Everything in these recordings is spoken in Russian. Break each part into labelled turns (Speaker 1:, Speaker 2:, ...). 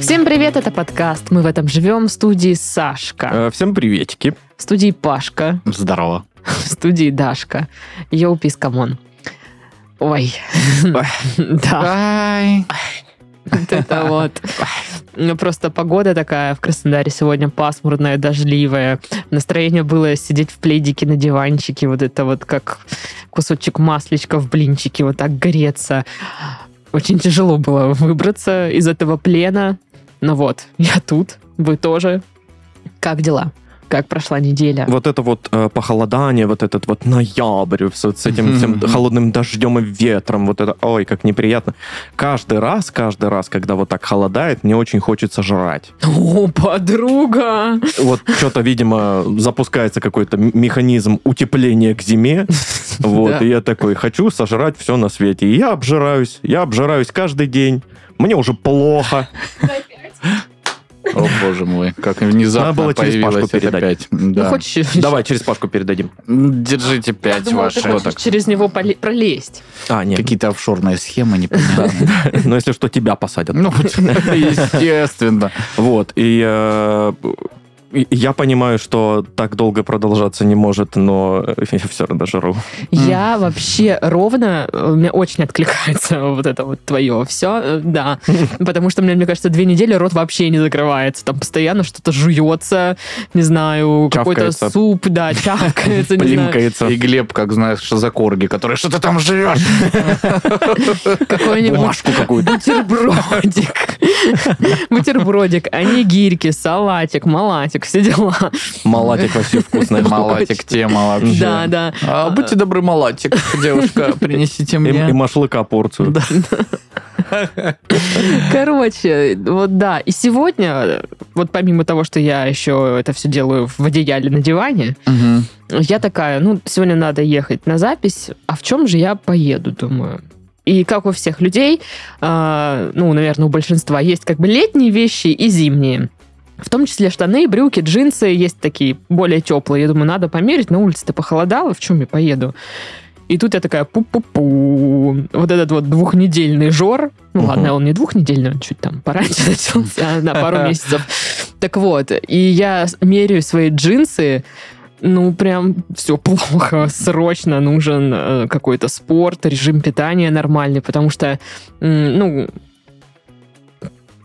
Speaker 1: Всем привет, это подкаст. Мы в этом живем в студии Сашка,
Speaker 2: Э, Всем приветики.
Speaker 1: в студии Пашка,
Speaker 2: Здорово.
Speaker 1: в студии Дашка. Йоу, пис, камон. Ой.
Speaker 2: Ой.
Speaker 1: Да,
Speaker 2: Ай.
Speaker 1: вот это вот. Ну, Просто погода такая в Краснодаре сегодня пасмурная, дождливая. Настроение было сидеть в пледике на диванчике, вот это вот как кусочек маслечка в блинчике, вот так греться. Очень тяжело было выбраться из этого плена. Но вот, я тут, вы тоже. Как дела? Как прошла неделя?
Speaker 2: Вот это вот э, похолодание, вот этот вот ноябрь с, вот с этим всем
Speaker 3: Мгм.
Speaker 2: холодным дождем и ветром, вот это, ой, как неприятно. Каждый раз, каждый раз, когда вот так холодает, мне очень хочется жрать.
Speaker 1: О, подруга!
Speaker 2: Вот что-то, видимо, запускается какой-то м- механизм утепления к зиме.
Speaker 1: Да.
Speaker 2: Вот, и я такой, хочу сожрать все на свете. И я обжираюсь, я обжираюсь каждый день. Мне уже плохо.
Speaker 3: О, боже мой, как внезапно
Speaker 2: Надо было через
Speaker 3: появилось
Speaker 2: Пашку
Speaker 3: это
Speaker 2: передать.
Speaker 3: пять. Да.
Speaker 1: Ну, хочешь...
Speaker 2: Давай через Пашку передадим.
Speaker 3: М, Держите
Speaker 1: Я
Speaker 3: пять
Speaker 1: думала, ты
Speaker 3: ваших.
Speaker 1: хочешь
Speaker 3: Вот так.
Speaker 1: через него поле- пролезть.
Speaker 2: А, нет.
Speaker 3: Какие-то офшорные схемы, непонятные.
Speaker 2: Но Ну, если что, тебя посадят.
Speaker 3: Ну, естественно.
Speaker 2: Вот, и э, и я понимаю, что так долго продолжаться не может, но э, я все равно жру.
Speaker 1: Я вообще ровно, э, у меня очень откликается вот это вот твое все, да. Потому что, мне, мне кажется, две недели рот вообще не закрывается. Там постоянно что-то жуется, не знаю, какой-то
Speaker 2: Чавкается.
Speaker 1: суп, да, чавкается, не знаю,
Speaker 2: Плимкается.
Speaker 3: И Глеб, как знаешь, что за корги, который, что ты там живешь?
Speaker 1: какой-нибудь
Speaker 2: Бумажку какую-то.
Speaker 1: бутербродик. Бутербродик, а не гирьки, салатик, малатик, все дела.
Speaker 2: Малатик вообще вкусная штука.
Speaker 3: Малатик тема вообще.
Speaker 1: Да, да.
Speaker 3: А, будьте добры, малатик, девушка, принесите
Speaker 2: И, и
Speaker 3: мне.
Speaker 2: машлыка порцию.
Speaker 1: Короче, вот да. И сегодня, э, вот помимо того, что я еще это все делаю в одеяле на диване,
Speaker 3: Мгм.
Speaker 1: Я такая, ну, сегодня надо ехать на запись, а в чем же я поеду, думаю. И как у всех людей, а, ну, наверное, у большинства есть как бы летние вещи и зимние. В том числе штаны, брюки, джинсы есть такие более теплые. Я думаю, надо померить, на улице-то похолодало, в чем я поеду? И тут я такая, пу-пу-пу, вот этот вот двухнедельный жор, ну
Speaker 2: Мгм.
Speaker 1: ладно, он не двухнедельный, он чуть там пораньше начался, на пару месяцев. Так вот, и я с- меряю свои джинсы, ну, прям все плохо. Срочно нужен э, какой-то спорт, режим питания нормальный, потому что, м, ну,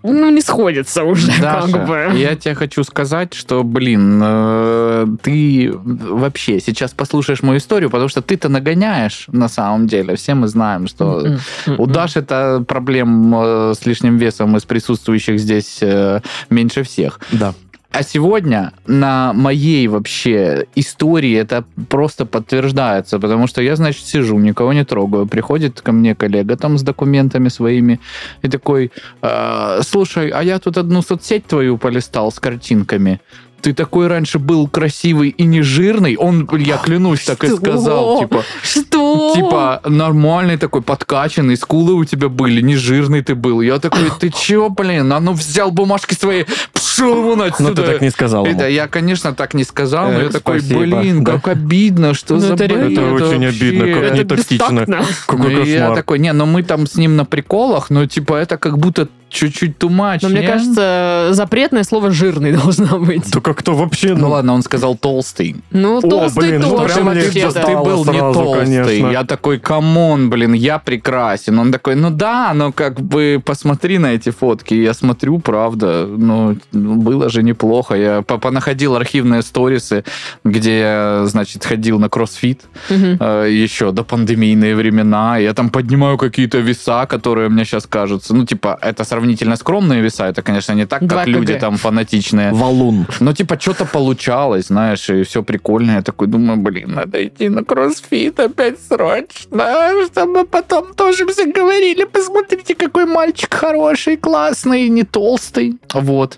Speaker 1: ну, не сходится уже, как
Speaker 3: Даша,
Speaker 1: бы.
Speaker 3: я тебе хочу сказать, что, блин, э, ты вообще сейчас послушаешь мою историю, потому что ты-то нагоняешь на самом деле. Все мы знаем, что
Speaker 1: М-м, м-м.
Speaker 3: У Даши это проблем э, с лишним весом из присутствующих здесь э, меньше всех.
Speaker 2: Да.
Speaker 3: А сегодня на моей вообще истории это просто подтверждается, потому что я, значит, сижу, никого не трогаю. Приходит ко мне коллега там с документами своими и такой, «Э, слушай, а я тут одну соцсеть твою полистал с картинками. Ты такой раньше был красивый и не жирный. Он, я клянусь, так и
Speaker 1: Что?
Speaker 3: сказал, типа,
Speaker 1: Что?
Speaker 3: Типа, нормальный такой, подкачанный, скулы у тебя были, не жирный ты был. Я такой, ты чего, блин? А ну взял бумажки свои, пшел вон отсюда.
Speaker 2: Но Ну, ты так не сказал. ему.
Speaker 3: Это я, конечно, так не сказал, но
Speaker 2: Э,
Speaker 3: я такой,
Speaker 2: спасибо,
Speaker 3: блин,
Speaker 2: да.
Speaker 3: как обидно, что
Speaker 1: Ну,
Speaker 3: за
Speaker 1: это
Speaker 3: бред
Speaker 1: реально. Это
Speaker 2: очень обидно,
Speaker 3: вообще?»
Speaker 2: как не тактично.
Speaker 1: бестактно.
Speaker 3: Ну,
Speaker 2: Какой
Speaker 3: и я
Speaker 2: кошмар.
Speaker 3: такой, не, ну мы там с ним на приколах, но типа это как будто чуть-чуть тумач.
Speaker 1: Но мне кажется, запретное слово «жирный» должно быть.
Speaker 2: Да как то вообще?
Speaker 3: Ну ладно, он сказал толстый.
Speaker 1: Ну, толстый
Speaker 2: блин, ну
Speaker 1: тоже.
Speaker 2: прям
Speaker 3: Прямо
Speaker 2: мне
Speaker 3: ты,
Speaker 1: вообще-то.
Speaker 2: достал.
Speaker 3: ты
Speaker 2: достало
Speaker 3: был не
Speaker 2: сразу,
Speaker 3: толстый.
Speaker 2: конечно.
Speaker 3: Я такой, камон, блин, я прекрасен. Он такой, ну да, но как бы посмотри на эти фотки. Я смотрю, правда, ну, ну, было же неплохо. Я по- понаходил архивные сторисы, где я, значит, ходил на кроссфит
Speaker 1: Мгм.
Speaker 3: э, еще до пандемийные времена. Я там поднимаю какие-то веса, которые мне сейчас кажутся. Ну, типа, это сравнительно скромные веса. Это, конечно, не так,
Speaker 1: Два
Speaker 3: как люди
Speaker 1: кг.
Speaker 3: там фанатичные.
Speaker 2: Валун. А
Speaker 3: Ну, типа, что-то получалось, знаешь, и все прикольно. Я такой думаю, блин, надо идти на кроссфит опять срочно, чтобы потом тоже все говорили, посмотрите, какой мальчик хороший, классный, не толстый. Вот.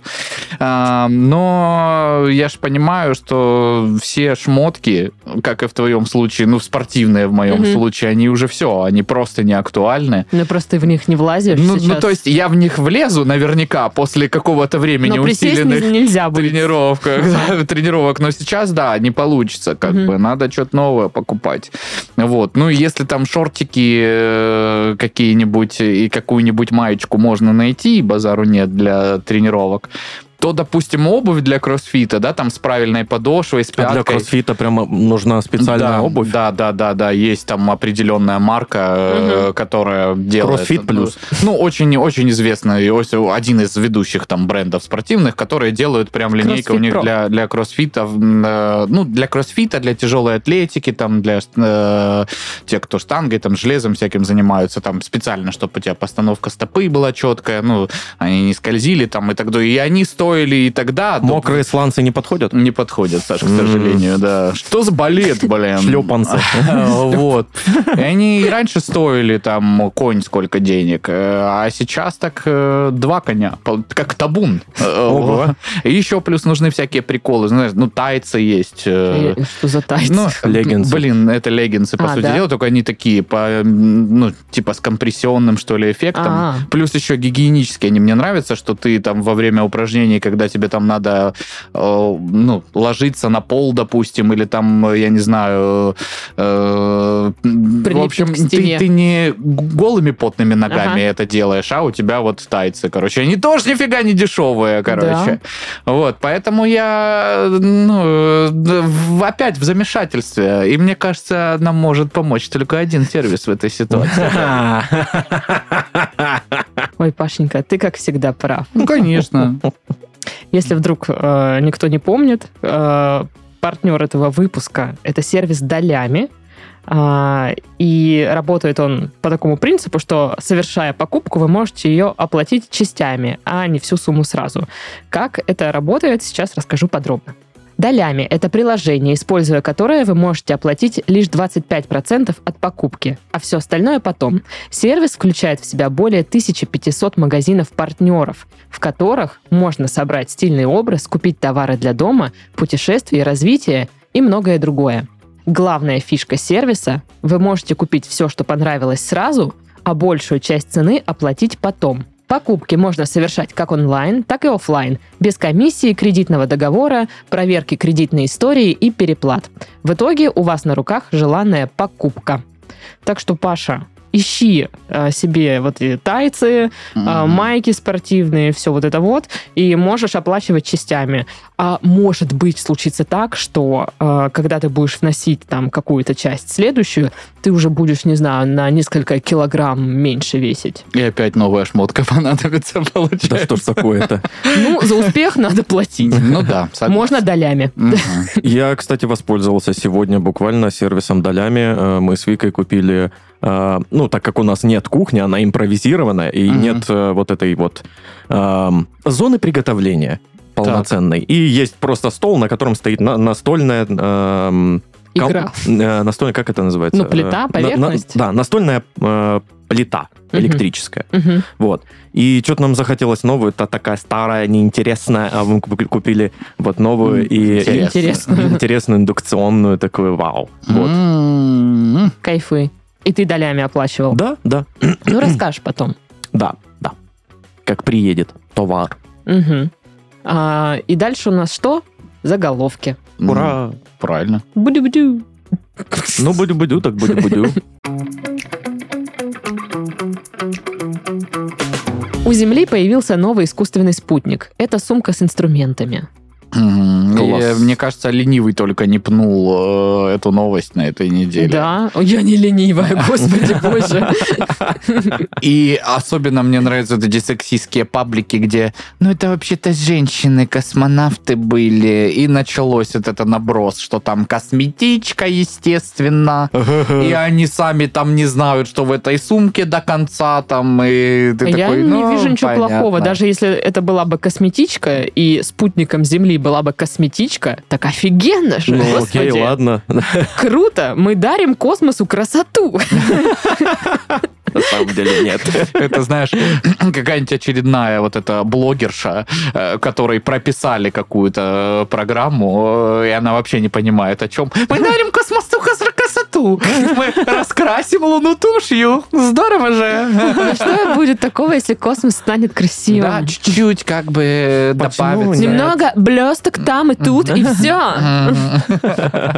Speaker 3: А, но я же понимаю, что все шмотки, как и в твоем случае, ну, спортивные в моем
Speaker 1: Мгм.
Speaker 3: случае, они уже все, они просто не актуальны.
Speaker 1: Ну, просто ты в них не влазишь
Speaker 3: Ну, ну,
Speaker 1: сейчас.
Speaker 3: то есть я в них них влезу наверняка после какого-то времени
Speaker 1: Но присесть
Speaker 3: усиленных
Speaker 1: не- нельзя будет.
Speaker 3: тренировках, тренировок. Но сейчас, да, не получится, как
Speaker 1: Мгм.
Speaker 3: бы. Надо что-то новое покупать. Вот. Ну, и если там шортики э, какие-нибудь и какую-нибудь маечку можно найти, и базару нет для тренировок, то, допустим, обувь для кроссфита, да, там с правильной подошвой, с
Speaker 2: А
Speaker 3: пяткой.
Speaker 2: для кроссфита прямо нужна специальная
Speaker 3: да,
Speaker 2: обувь.
Speaker 3: Да, да, да, да. Есть там определенная марка, э, которая делает.
Speaker 2: Crossfit
Speaker 3: ну,
Speaker 2: плюс.
Speaker 3: Ну, очень, очень известный, ось- один из ведущих там брендов спортивных, которые делают прям линейка у
Speaker 1: CrossFit
Speaker 3: них
Speaker 1: Pro.
Speaker 3: для, для кроссфита. м, э, ну, для кроссфита, для тяжелой атлетики, там, для э, тех, кто штангой, там, железом всяким занимаются, там, специально, чтобы у тебя постановка стопы была четкая, ну, они не скользили там и так далее. И они стоили и тогда. а до-
Speaker 2: Мокрые сланцы не подходят?
Speaker 3: не подходят, Саша, к
Speaker 2: М.
Speaker 3: сожалению, да. Что за балет, блин?
Speaker 2: Шлепанцы.
Speaker 3: Вот. И они и раньше стоили там конь сколько денег, э, а сейчас так э, два коня, пол- как табун. Э,
Speaker 2: Ого.
Speaker 3: И еще плюс нужны всякие приколы, знаешь, ну тайцы есть. э,
Speaker 1: Э, Что за тайцы?
Speaker 3: ну,
Speaker 2: Леггинсы.
Speaker 3: Блин, это леггинсы, по
Speaker 1: А,
Speaker 3: сути
Speaker 1: да?
Speaker 3: дела, только они такие, по, м, ну, типа с компрессионным, что ли, эффектом.
Speaker 1: А.
Speaker 3: Плюс еще гигиенически они мне нравятся, что ты там во время упражнений, когда тебе там надо э, ну, ложиться на пол, допустим, или там, э, я не знаю, э, м, в
Speaker 1: Прилипнуть
Speaker 3: общем,
Speaker 1: к
Speaker 3: ты,
Speaker 1: стене.
Speaker 3: ты не голыми потными ногами
Speaker 1: Ага.
Speaker 3: это делаешь, а у тебя вот тайцы, короче. Они тоже нифига не дешевые, короче. Вот, поэтому я, ну, э, в- опять в замешательстве. И мне кажется, нам может помочь только один сервис в этой ситуации.
Speaker 1: Ой, Пашенька, ты как всегда прав.
Speaker 3: Ну, конечно.
Speaker 1: Если вдруг э, никто не помнит, э, партнер этого выпуска – это сервис «Долями». А, и работает он по такому принципу, что, совершая покупку, вы можете ее оплатить частями, а не всю сумму сразу. Как это работает, сейчас расскажу подробно. Долями – это приложение, используя которое вы можете оплатить лишь 25% от покупки, а все остальное потом. Сервис включает в себя более 1500 магазинов-партнеров, в которых можно собрать стильный образ, купить товары для дома, путешествий, развития и многое другое. Главная фишка сервиса – вы можете купить все, что понравилось сразу, а большую часть цены оплатить потом. Покупки можно совершать как онлайн, так и офлайн, без комиссии, кредитного договора, проверки кредитной истории и переплат. В итоге у вас на руках желанная покупка. Так что, Паша, ищи э, себе вот и тайцы, а, майки спортивные, все вот это вот, и можешь оплачивать частями. А может быть случится так, что а, когда ты будешь вносить там какую-то часть следующую, ты уже будешь, не знаю, на несколько килограмм меньше весить.
Speaker 3: И опять новая шмотка понадобится,
Speaker 2: Да
Speaker 3: получается.
Speaker 2: что ж такое-то?
Speaker 1: Ну, за успех надо платить.
Speaker 3: Ну да, согласен.
Speaker 1: Можно долями.
Speaker 3: Мгм.
Speaker 2: Я, кстати, воспользовался сегодня буквально сервисом долями. Э, Мы с Викой купили, э, ну, так как у нас нет кухни, она импровизированная, и
Speaker 3: Мгм.
Speaker 2: нет э, вот этой вот эм, зоны приготовления полноценной. И есть просто стол, на котором стоит на- настольная... эм, ком-
Speaker 1: Игра.
Speaker 2: э, настольная, как это называется?
Speaker 1: Ну, плита,
Speaker 2: Э, на- на-
Speaker 1: поверхность.
Speaker 2: да, настольная э, плита
Speaker 1: Мгм.
Speaker 2: электрическая.
Speaker 1: Мгм.
Speaker 2: Вот. И что-то нам захотелось новую, та такая старая, неинтересная, а мы куп- купили вот новую и, и
Speaker 1: Интересно.
Speaker 2: интересную индукционную такую, вау. Вот.
Speaker 3: М-м.
Speaker 1: Кайфы. И ты долями оплачивал.
Speaker 2: Да, да,
Speaker 1: Ну, расскажешь потом.
Speaker 2: да, да. Как приедет товар.
Speaker 1: Мгм. А, и дальше у нас что? Заголовки.
Speaker 2: Ура!
Speaker 3: Правильно.
Speaker 1: Буду-буду.
Speaker 2: Ну, будю-будю, так будю-будю.
Speaker 1: У Земли появился новый искусственный спутник. Это сумка с инструментами.
Speaker 3: Мгм.
Speaker 2: Класс.
Speaker 3: И, э, Мне кажется, ленивый только не пнул э, эту новость на этой неделе.
Speaker 1: Да. Ой, Я не ленивая, господи боже.
Speaker 3: И особенно мне нравятся вот эти сексистские паблики, где, ну это вообще-то женщины, космонавты были. И началось вот это наброс, что там косметичка, естественно. И они сами там не знают, что в этой сумке до конца там. И ты
Speaker 1: А Я
Speaker 3: такой,
Speaker 1: не
Speaker 3: «Ну,
Speaker 1: вижу ничего
Speaker 3: понятно».
Speaker 1: плохого. Даже если это была бы косметичка, и спутником Земли была бы косметичка, так офигенно же,
Speaker 2: Ну, окей,
Speaker 1: господи.
Speaker 2: ладно.
Speaker 1: Круто, мы дарим космосу красоту.
Speaker 2: На самом деле нет.
Speaker 3: Это, знаешь, какая-нибудь очередная вот эта блогерша, э, которой прописали какую-то э, программу, э, и она вообще не понимает, о чем. Мы дарим космосу красоту, Лунату. Мы раскрасим Луну тушью. Здорово же.
Speaker 1: А Что будет такого, если космос станет
Speaker 3: Да,
Speaker 1: красивым?
Speaker 3: чуть-чуть как бы
Speaker 2: Почему
Speaker 3: добавить.
Speaker 2: нет?
Speaker 1: Немного блесток там и тут, и все.
Speaker 3: Мгм.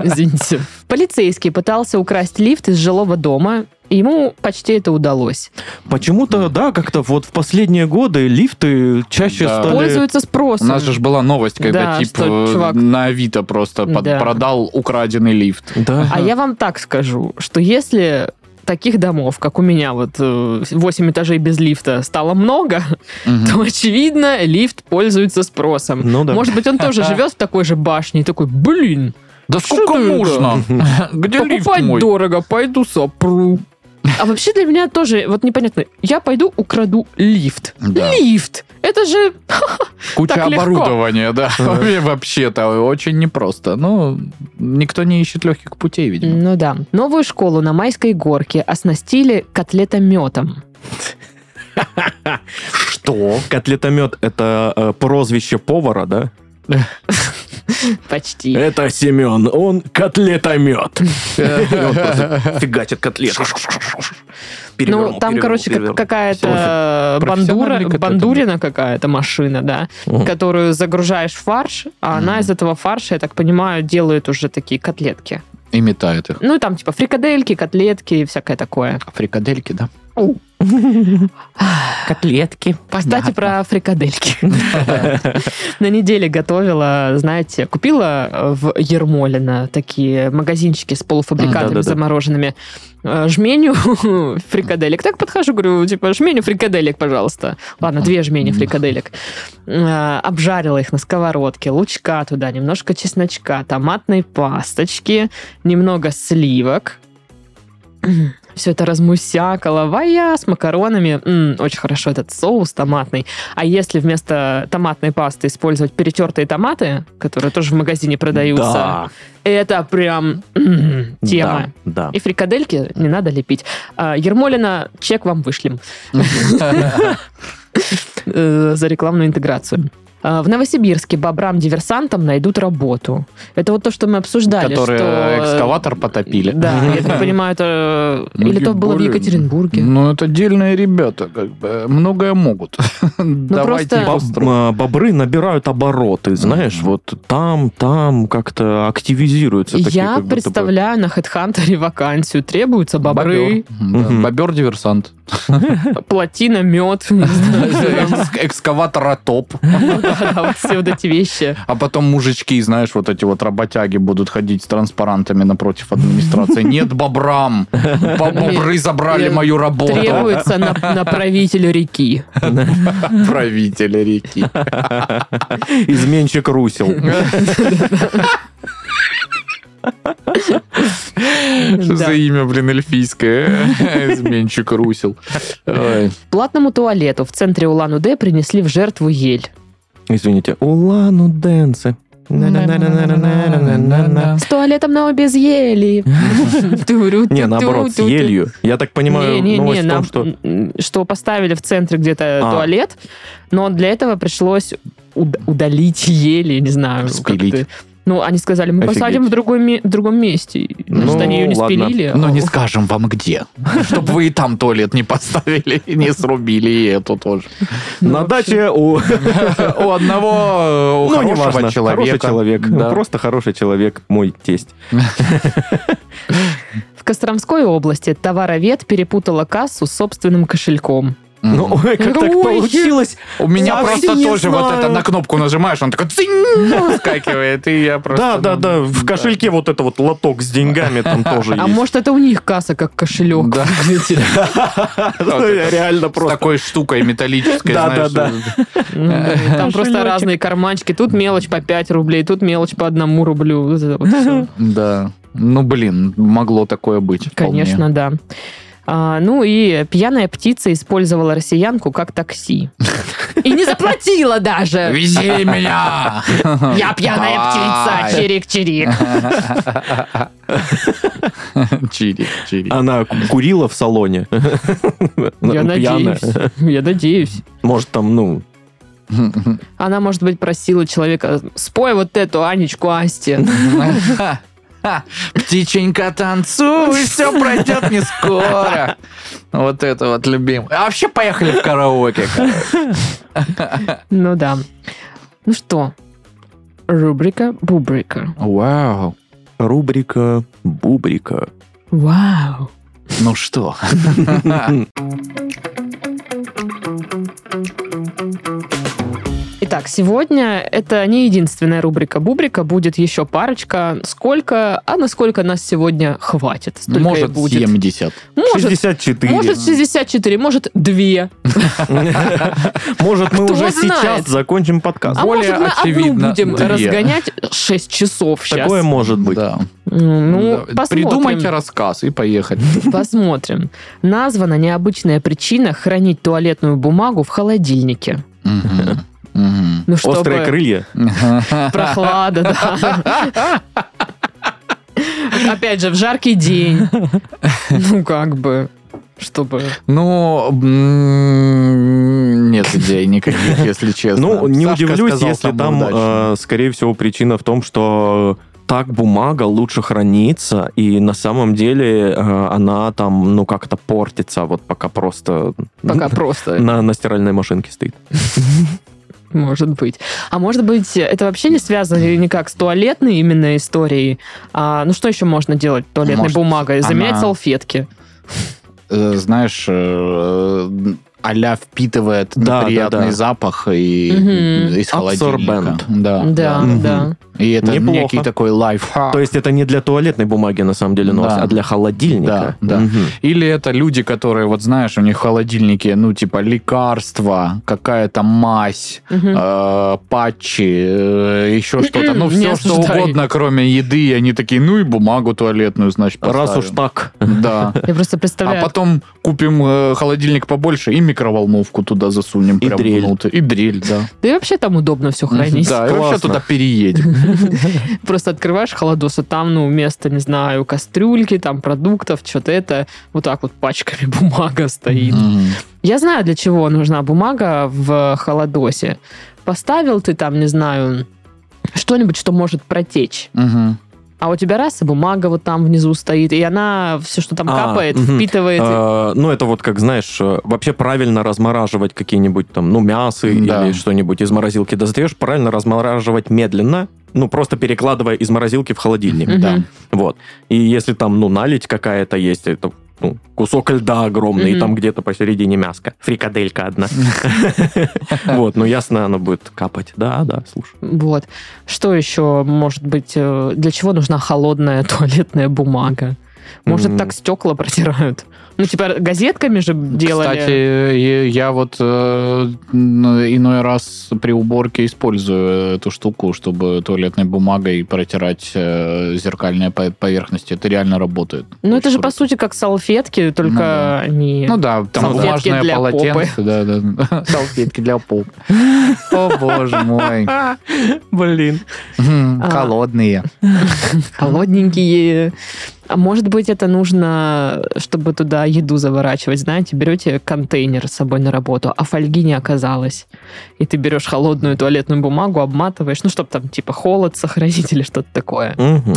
Speaker 1: Извините. Полицейский пытался украсть лифт из жилого дома. и Ему почти это удалось.
Speaker 2: Почему-то, да, как-то вот в последние годы лифты чаще
Speaker 3: Да.
Speaker 2: стали...
Speaker 1: Пользуются
Speaker 3: У
Speaker 1: спросом.
Speaker 3: нас же ж была новость, когда
Speaker 1: Да,
Speaker 3: тип
Speaker 1: что,
Speaker 3: э,
Speaker 1: чувак.
Speaker 3: на Авито просто под-
Speaker 1: Да.
Speaker 3: продал украденный лифт.
Speaker 2: Да.
Speaker 1: А я вам так скажу, что если таких домов, как у меня, вот 8 этажей без лифта, стало много, то, очевидно, лифт пользуется спросом.
Speaker 2: Ну да.
Speaker 1: Может быть, он тоже живет в такой же башне и такой, блин,
Speaker 3: Да
Speaker 1: Что
Speaker 3: сколько
Speaker 1: ты это?
Speaker 3: можно? Где лифт
Speaker 1: покупать
Speaker 3: мой?
Speaker 1: дорого, пойду сопру. А вообще для меня тоже, вот непонятно, я пойду украду лифт.
Speaker 3: Да.
Speaker 1: Лифт! Это же
Speaker 3: Куча
Speaker 1: Так легко.
Speaker 3: оборудования, да. Вообще-то очень непросто. Ну, никто не ищет легких путей, видимо.
Speaker 1: Ну да. Новую школу на Майской горке оснастили котлетометом.
Speaker 2: Что? Котлетомет — это э, прозвище повара, да?
Speaker 1: Почти.
Speaker 2: Это Семен, он котлетомет. Фигачит котлеты.
Speaker 1: Ну, там, короче, как- какая-то
Speaker 3: Профессиональный
Speaker 1: бандура,
Speaker 3: котлетомет.
Speaker 1: бандурина какая-то машина, да,
Speaker 2: Мгм.
Speaker 1: которую загружаешь в фарш, а она
Speaker 3: Мгм.
Speaker 1: из этого фарша, я так понимаю, делает уже такие котлетки.
Speaker 3: И метает их.
Speaker 1: Ну, и там типа фрикадельки, котлетки и всякое такое.
Speaker 3: Фрикадельки, да?
Speaker 2: котлетки.
Speaker 1: Кстати, про фрикадельки. На неделе готовила, знаете, купила э, в Ермолино такие магазинчики с
Speaker 2: М, да-да-да.
Speaker 1: полуфабрикатами замороженными. э, Жменю фрикаделек. Так подхожу, говорю, типа, жменю фрикаделек, пожалуйста. Ладно, две жмени фрикаделек. Э, Обжарила их на сковородке, лучка туда, немножко чесночка, томатной пасточки, немного сливок. Все это размусякало, вая с макаронами. М, очень хорошо этот соус томатный. А если вместо томатной пасты использовать перетертые томаты, которые тоже в магазине продаются,
Speaker 2: Да,
Speaker 1: это прям м, тема.
Speaker 2: Да, да.
Speaker 1: И фрикадельки не надо лепить. А, Ермолина, чек вам вышлем э, за рекламную интеграцию. А, В Новосибирске бобрам-диверсантам найдут работу. Это вот то, что мы обсуждали.
Speaker 3: Которые
Speaker 1: что- э,
Speaker 3: экскаватор потопили.
Speaker 1: Да, я так понимаю, это... э,
Speaker 3: Ну,
Speaker 1: Или то было в
Speaker 3: Егория.
Speaker 1: Екатеринбурге.
Speaker 3: Ну, это дельные ребята, как бы. Многое могут. Давайте
Speaker 1: Ну, просто-
Speaker 3: их
Speaker 2: Боб-
Speaker 3: устроим.
Speaker 2: э, бобры набирают обороты, знаешь, вот там, там как-то активизируются. такие,
Speaker 1: Я
Speaker 2: как будто бы.
Speaker 1: представляю на HeadHunter вакансию. Требуются бобры,
Speaker 3: Бобер. Мгм,
Speaker 2: Мгм.
Speaker 3: да. Бобер-диверсант.
Speaker 1: плотина, мед. не знаю, там,
Speaker 3: Экс- Экскаватора-топ.
Speaker 1: да, вот Все вот эти вещи.
Speaker 3: А потом мужички, знаешь, вот эти вот работяги будут ходить с транспарантами напротив администрации. Нет бобрам! Бо- Бобры забрали
Speaker 1: Я-
Speaker 3: мою работу.
Speaker 1: Требуется на- направитель реки.
Speaker 3: Правитель реки.
Speaker 2: Изменщик русел.
Speaker 3: Что
Speaker 1: Да.
Speaker 3: за имя, блин, эльфийское? Изменщик Русил. Ой.
Speaker 1: Платному туалету в центре Улан-Удэ принесли в жертву ель.
Speaker 2: Извините. Улану Дэнсы.
Speaker 1: С туалетом на обе ели.
Speaker 2: Не, наоборот, с елью. Я так понимаю, новость в том, что...
Speaker 1: что... что поставили в центре где-то
Speaker 2: А.
Speaker 1: туалет, но для этого пришлось уд- удалить ели, не знаю. как
Speaker 3: Спилить.
Speaker 1: это. Ну, они сказали, мы
Speaker 2: Офигеть.
Speaker 1: посадим в другом, ме- в другом месте. Значит,
Speaker 2: Ну,
Speaker 1: они ее не
Speaker 2: ладно.
Speaker 1: спилили.
Speaker 3: Но не скажем вам где. Чтобы вы и там туалет не поставили, и не срубили и эту тоже.
Speaker 1: Ну,
Speaker 2: На
Speaker 1: вообще.
Speaker 2: даче у...
Speaker 3: У одного, э, у
Speaker 2: Ну, неважно,
Speaker 3: хорошего
Speaker 2: Хороший
Speaker 3: человека.
Speaker 2: человек. Ну,
Speaker 3: Да.
Speaker 2: Просто хороший человек, мой тесть.
Speaker 1: В Костромской области товаровед перепутала кассу с собственным кошельком.
Speaker 3: Мгм.
Speaker 2: Ну, ой, как так
Speaker 1: Ой,
Speaker 2: получилось?
Speaker 3: У меня
Speaker 2: Я
Speaker 3: просто
Speaker 2: вообще не
Speaker 3: тоже вот
Speaker 2: знаю.
Speaker 3: это на кнопку нажимаешь, он такой «цинь» выскакивает, и я
Speaker 2: Да,
Speaker 3: просто...
Speaker 2: да,
Speaker 3: ну,
Speaker 2: да, в кошельке вот это вот лоток с деньгами там тоже
Speaker 1: А
Speaker 2: есть.
Speaker 1: может, это у них касса как кошелек?
Speaker 3: Да.
Speaker 2: Реально
Speaker 3: С
Speaker 2: Ну, просто.
Speaker 3: такой штукой металлической,
Speaker 2: Да,
Speaker 3: знаешь.
Speaker 2: да,
Speaker 1: Ну, да, и Там просто
Speaker 2: Кошелечек.
Speaker 1: разные карманчики. Тут мелочь по 5 рублей, тут мелочь по 1 рублю. Вот это вот всё.
Speaker 3: Да. Ну, блин, могло такое быть. вполне.
Speaker 1: Конечно, да. А, ну и пьяная птица использовала россиянку как такси. И не заплатила даже.
Speaker 3: Вези меня!
Speaker 1: Я пьяная
Speaker 3: Давай.
Speaker 1: птица, чирик-чирик.
Speaker 3: Чири, чири.
Speaker 2: Она ку- курила в салоне. Ну,
Speaker 1: Я
Speaker 2: Пьяная.
Speaker 1: надеюсь. Я надеюсь.
Speaker 2: Может, там, ну,
Speaker 1: Она, может быть, просила человека, спой вот эту Анечку Асти.
Speaker 2: А.
Speaker 3: Птиченька, танцуй, все пройдет не скоро. Вот это вот любимый. А вообще поехали в караоке. короче.
Speaker 1: Ну да. Ну что, рубрика Бубрика.
Speaker 3: Вау.
Speaker 2: Рубрика Бубрика.
Speaker 1: Вау.
Speaker 3: Ну что?
Speaker 1: Итак, сегодня это не единственная рубрика Бубрика, будет еще парочка. Сколько, а насколько нас сегодня хватит? Столько и
Speaker 3: Может,
Speaker 1: будет.
Speaker 3: 70.
Speaker 1: Ну, Может,
Speaker 2: 64.
Speaker 1: может 64, может 2.
Speaker 2: Может, мы
Speaker 1: Кто
Speaker 2: уже
Speaker 1: знает?
Speaker 2: сейчас закончим подкаст.
Speaker 1: А
Speaker 3: Более
Speaker 1: может, мы одну
Speaker 3: очевидно,
Speaker 1: будем
Speaker 3: две.
Speaker 1: разгонять 6 часов А, сейчас.
Speaker 2: Такое может быть.
Speaker 3: Да.
Speaker 1: Ну,
Speaker 3: Да.
Speaker 1: посмотрим.
Speaker 3: Придумайте рассказ и поехали.
Speaker 1: Посмотрим. Названа необычная причина хранить туалетную бумагу в холодильнике.
Speaker 3: Мгм. Мгм.
Speaker 1: Ну, чтобы
Speaker 2: Острые крылья.
Speaker 1: прохлада, да. Опять же, в жаркий день. Ну, как бы, чтобы...
Speaker 3: Ну, м, нет идей никаких, если честно.
Speaker 2: Ну, не
Speaker 3: Сашка
Speaker 2: удивлюсь,
Speaker 3: сказал
Speaker 2: если
Speaker 3: самую
Speaker 2: там,
Speaker 3: удачную.
Speaker 2: э, скорее всего, причина в том, что так бумага лучше хранится, и на самом деле э, она там, ну, как-то портится, вот пока просто
Speaker 1: Пока просто,
Speaker 2: на, на стиральной машинке стоит.
Speaker 1: может быть. А может быть, это вообще не связано никак с туалетной именно историей? А, ну, что еще можно делать туалетной
Speaker 3: Может,
Speaker 1: бумагой? Заменять
Speaker 3: она-
Speaker 1: салфетки.
Speaker 3: Э, Знаешь, э, а-ля впитывает
Speaker 2: Да, да,
Speaker 3: неприятный
Speaker 2: да.
Speaker 3: запах и
Speaker 1: Мгм.
Speaker 3: из холодильника.
Speaker 2: Абсорбент.
Speaker 3: Да,
Speaker 1: Да,
Speaker 2: Мгм.
Speaker 1: да.
Speaker 3: И это
Speaker 2: Неплохо.
Speaker 3: некий такой лайфхак.
Speaker 2: То есть это не для туалетной бумаги, на самом деле, новость,
Speaker 3: А. Да.
Speaker 2: а для холодильника.
Speaker 3: Да, да.
Speaker 2: Мгм.
Speaker 3: Или это люди, которые, вот знаешь, у них в холодильнике, ну, типа, лекарства, какая-то мазь,
Speaker 1: Мгм.
Speaker 3: э, патчи, э, еще что-то. Ну,
Speaker 1: Не
Speaker 3: все, что
Speaker 1: осуждай.
Speaker 3: угодно, кроме еды. И они такие, ну, и бумагу туалетную, значит,
Speaker 2: Раз уж
Speaker 3: поставим.
Speaker 2: так.
Speaker 3: Да.
Speaker 1: Я просто
Speaker 3: А
Speaker 1: представляю,
Speaker 3: потом купим э, холодильник побольше и микроволновку туда засунем.
Speaker 2: И
Speaker 3: прям
Speaker 2: дрель.
Speaker 3: внутрь. И дрель, да.
Speaker 1: да и вообще там удобно все хранить.
Speaker 3: Да, и вообще
Speaker 2: Классно.
Speaker 3: туда переедем.
Speaker 1: Просто открываешь холодос, а там, ну, вместо, не знаю, кастрюльки, там, продуктов, что-то это, вот так вот пачками бумага стоит.
Speaker 3: Мгм.
Speaker 1: Я знаю, для чего нужна бумага в холодосе. Поставил ты там, не знаю, что-нибудь, что может протечь.
Speaker 3: Мгм.
Speaker 1: А у тебя раз, и бумага вот там внизу стоит, и она все, что там
Speaker 2: А,
Speaker 1: капает,
Speaker 2: мгм.
Speaker 1: впитывает.
Speaker 3: А,
Speaker 2: Э, ну, это вот, как знаешь, э, вообще правильно размораживать какие-нибудь там, ну, мясо
Speaker 3: Да.
Speaker 2: или что-нибудь из морозилки достаешь, правильно размораживать медленно, ну, просто перекладывая из морозилки в холодильник.
Speaker 1: Мгм.
Speaker 3: да.
Speaker 2: Вот. И если там, ну, налить какая-то есть, это ну, кусок льда огромный,
Speaker 1: Мгм.
Speaker 2: и там где-то посередине мяска. Фрикаделька одна. Вот, ну, ясно, оно будет капать. Да, да, слушай.
Speaker 1: Вот. Что еще может быть? э, Для чего нужна холодная туалетная бумага? Может,
Speaker 2: М.
Speaker 1: так стекла протирают? Ну, типа, газетками же делали.
Speaker 3: Кстати, э, я вот э, н- иной раз при уборке использую эту штуку, чтобы туалетной бумагой протирать э, зеркальные по- поверхности. Это реально работает.
Speaker 1: ну, это
Speaker 3: Очень
Speaker 1: же,
Speaker 3: круто.
Speaker 1: по сути, как салфетки, только
Speaker 3: Ну да.
Speaker 1: они...
Speaker 3: Ну да, там
Speaker 2: Салфетки
Speaker 3: бумажное
Speaker 1: для
Speaker 3: полотенце. Да, да. Салфетки для поп. О, боже мой.
Speaker 2: Блин.
Speaker 3: М,
Speaker 1: А.
Speaker 3: Холодные.
Speaker 1: холодненькие. А может быть, это нужно, чтобы туда еду заворачивать. Знаете, берете контейнер с собой на работу, а фольги не оказалось. И ты берешь холодную туалетную бумагу, обматываешь, ну, чтобы там, типа, холод сохранить или что-то такое.
Speaker 2: Мгм.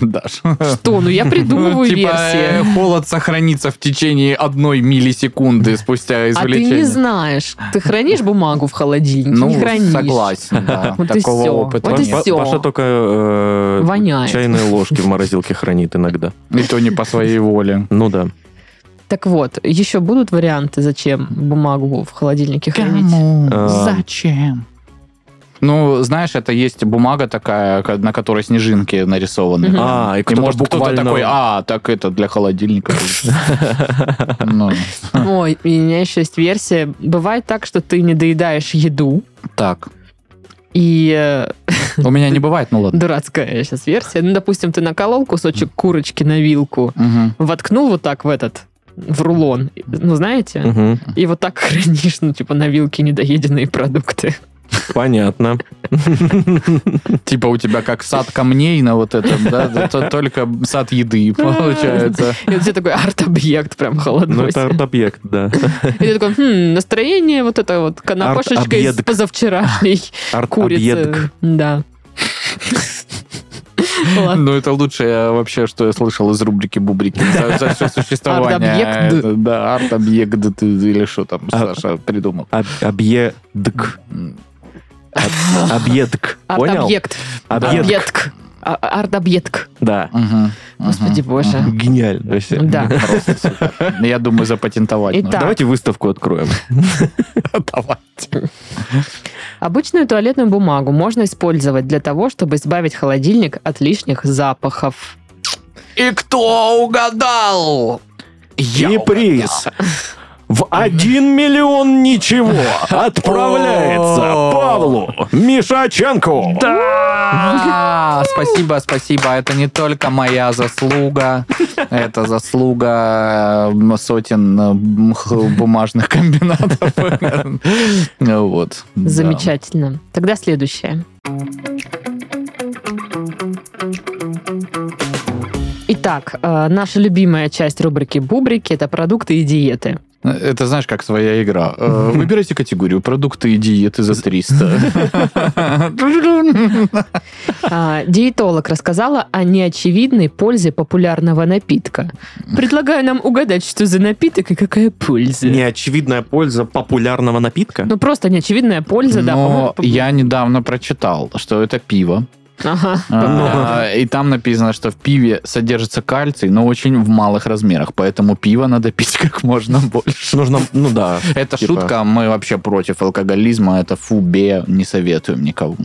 Speaker 3: Даш.
Speaker 1: Что? Ну, я
Speaker 3: Ну,
Speaker 1: придумываю
Speaker 3: Типа э,
Speaker 1: версии.
Speaker 3: холод сохранится в течение одной миллисекунды спустя
Speaker 1: А ты не
Speaker 3: извлечения.
Speaker 1: знаешь. Ты хранишь бумагу в холодильнике?
Speaker 3: Ну,
Speaker 1: не хранишь.
Speaker 3: согласен, да.
Speaker 1: Вот и
Speaker 3: Такого
Speaker 1: всё.
Speaker 3: опыта
Speaker 1: Вот и
Speaker 3: нет.
Speaker 2: Па-
Speaker 1: всё.
Speaker 2: Паша только э,
Speaker 1: Воняет.
Speaker 2: чайные ложки в морозилке хранит иногда.
Speaker 3: И то не по своей воле.
Speaker 2: Ну да.
Speaker 1: Так вот, еще будут варианты, зачем бумагу в холодильнике хранить?
Speaker 2: Эм.
Speaker 3: Зачем? Ну, знаешь, это есть бумага такая, ко- на которой снежинки нарисованы.
Speaker 1: Мгм.
Speaker 2: А, и
Speaker 3: И
Speaker 2: кто-то
Speaker 3: может кто-то
Speaker 2: буквально...
Speaker 3: такой, а, так это для холодильника. Ну,
Speaker 1: Ой, и у меня еще есть версия. Бывает так, что ты не доедаешь еду,
Speaker 3: Так.
Speaker 1: и э,
Speaker 3: У меня не бывает, ну ладно.
Speaker 1: дурацкая сейчас версия. Ну, допустим, ты наколол кусочек курочки на вилку,
Speaker 3: Мгм.
Speaker 1: воткнул вот так в этот, в рулон, ну, знаете?
Speaker 2: Мгм.
Speaker 1: И вот так хранишь, ну, типа, на вилке недоеденные продукты.
Speaker 2: Понятно.
Speaker 3: Типа у тебя как сад камней на вот этом, да? да, то- Только сад еды получается.
Speaker 1: И вот тебе такой арт-объект прям
Speaker 2: Ну,
Speaker 1: холодной.
Speaker 2: это арт-объект, да.
Speaker 1: И ты такой, «Хм, настроение вот это вот канапошечка из
Speaker 2: Арт-объедк.
Speaker 1: позавчерашней курицы.
Speaker 2: Арт-объедк.
Speaker 1: Да. Ладно.
Speaker 3: Ну, это лучшее вообще, что я слышал из рубрики «Бубрики» за, за все существование.
Speaker 1: Арт-объект.
Speaker 3: Это, Да, арт-объект ты- или что там
Speaker 2: А-
Speaker 3: Саша придумал.
Speaker 2: Об- Объедк.
Speaker 3: М,
Speaker 2: Об- Объедк. Понял?
Speaker 1: Арт-объект.
Speaker 2: Объедк.
Speaker 1: Объект. А- Арт-объект.
Speaker 2: Да.
Speaker 3: мгм,
Speaker 1: Господи
Speaker 3: мгм,
Speaker 1: боже.
Speaker 3: мгм.
Speaker 2: Гениально. вообще.
Speaker 1: Да.
Speaker 3: Просто супер. Я думаю, запатентовать
Speaker 1: Итак.
Speaker 3: нужно.
Speaker 2: Давайте выставку откроем.
Speaker 3: Давайте.
Speaker 1: Обычную туалетную бумагу можно использовать для того, чтобы избавить холодильник от лишних запахов.
Speaker 3: И кто угадал? Я
Speaker 2: И
Speaker 3: угадал.
Speaker 2: приз в 1 миллион ничего отправляется
Speaker 3: О.
Speaker 2: Павлу Мишаченко.
Speaker 3: Да! А, Спасибо, спасибо. Это не только моя заслуга. Это заслуга э, сотен э, мх- бумажных комбинатов. Ну Вот. да.
Speaker 1: Замечательно. Тогда следующее. Итак, э, наша любимая часть рубрики «Бубрики» — это продукты и диеты.
Speaker 3: Это знаешь, как своя игра. Э, Выбирайте категорию продукты и диеты за 300.
Speaker 1: А, Диетолог рассказала о неочевидной пользе популярного напитка. Предлагаю нам угадать, что за напиток и какая польза.
Speaker 2: э, Неочевидная польза популярного напитка.
Speaker 1: Ну, просто неочевидная польза, да.
Speaker 3: Но
Speaker 1: по-моему, по-
Speaker 3: я недавно прочитал, что это пиво.
Speaker 1: Ага.
Speaker 3: А, И там написано, что в пиве содержится кальций, но очень в малых размерах, поэтому пиво надо пить как можно больше.
Speaker 2: Нужно, ну да.
Speaker 3: Это
Speaker 2: Типа-
Speaker 3: шутка, а мы вообще против алкоголизма, это фу, бе, не советуем никому.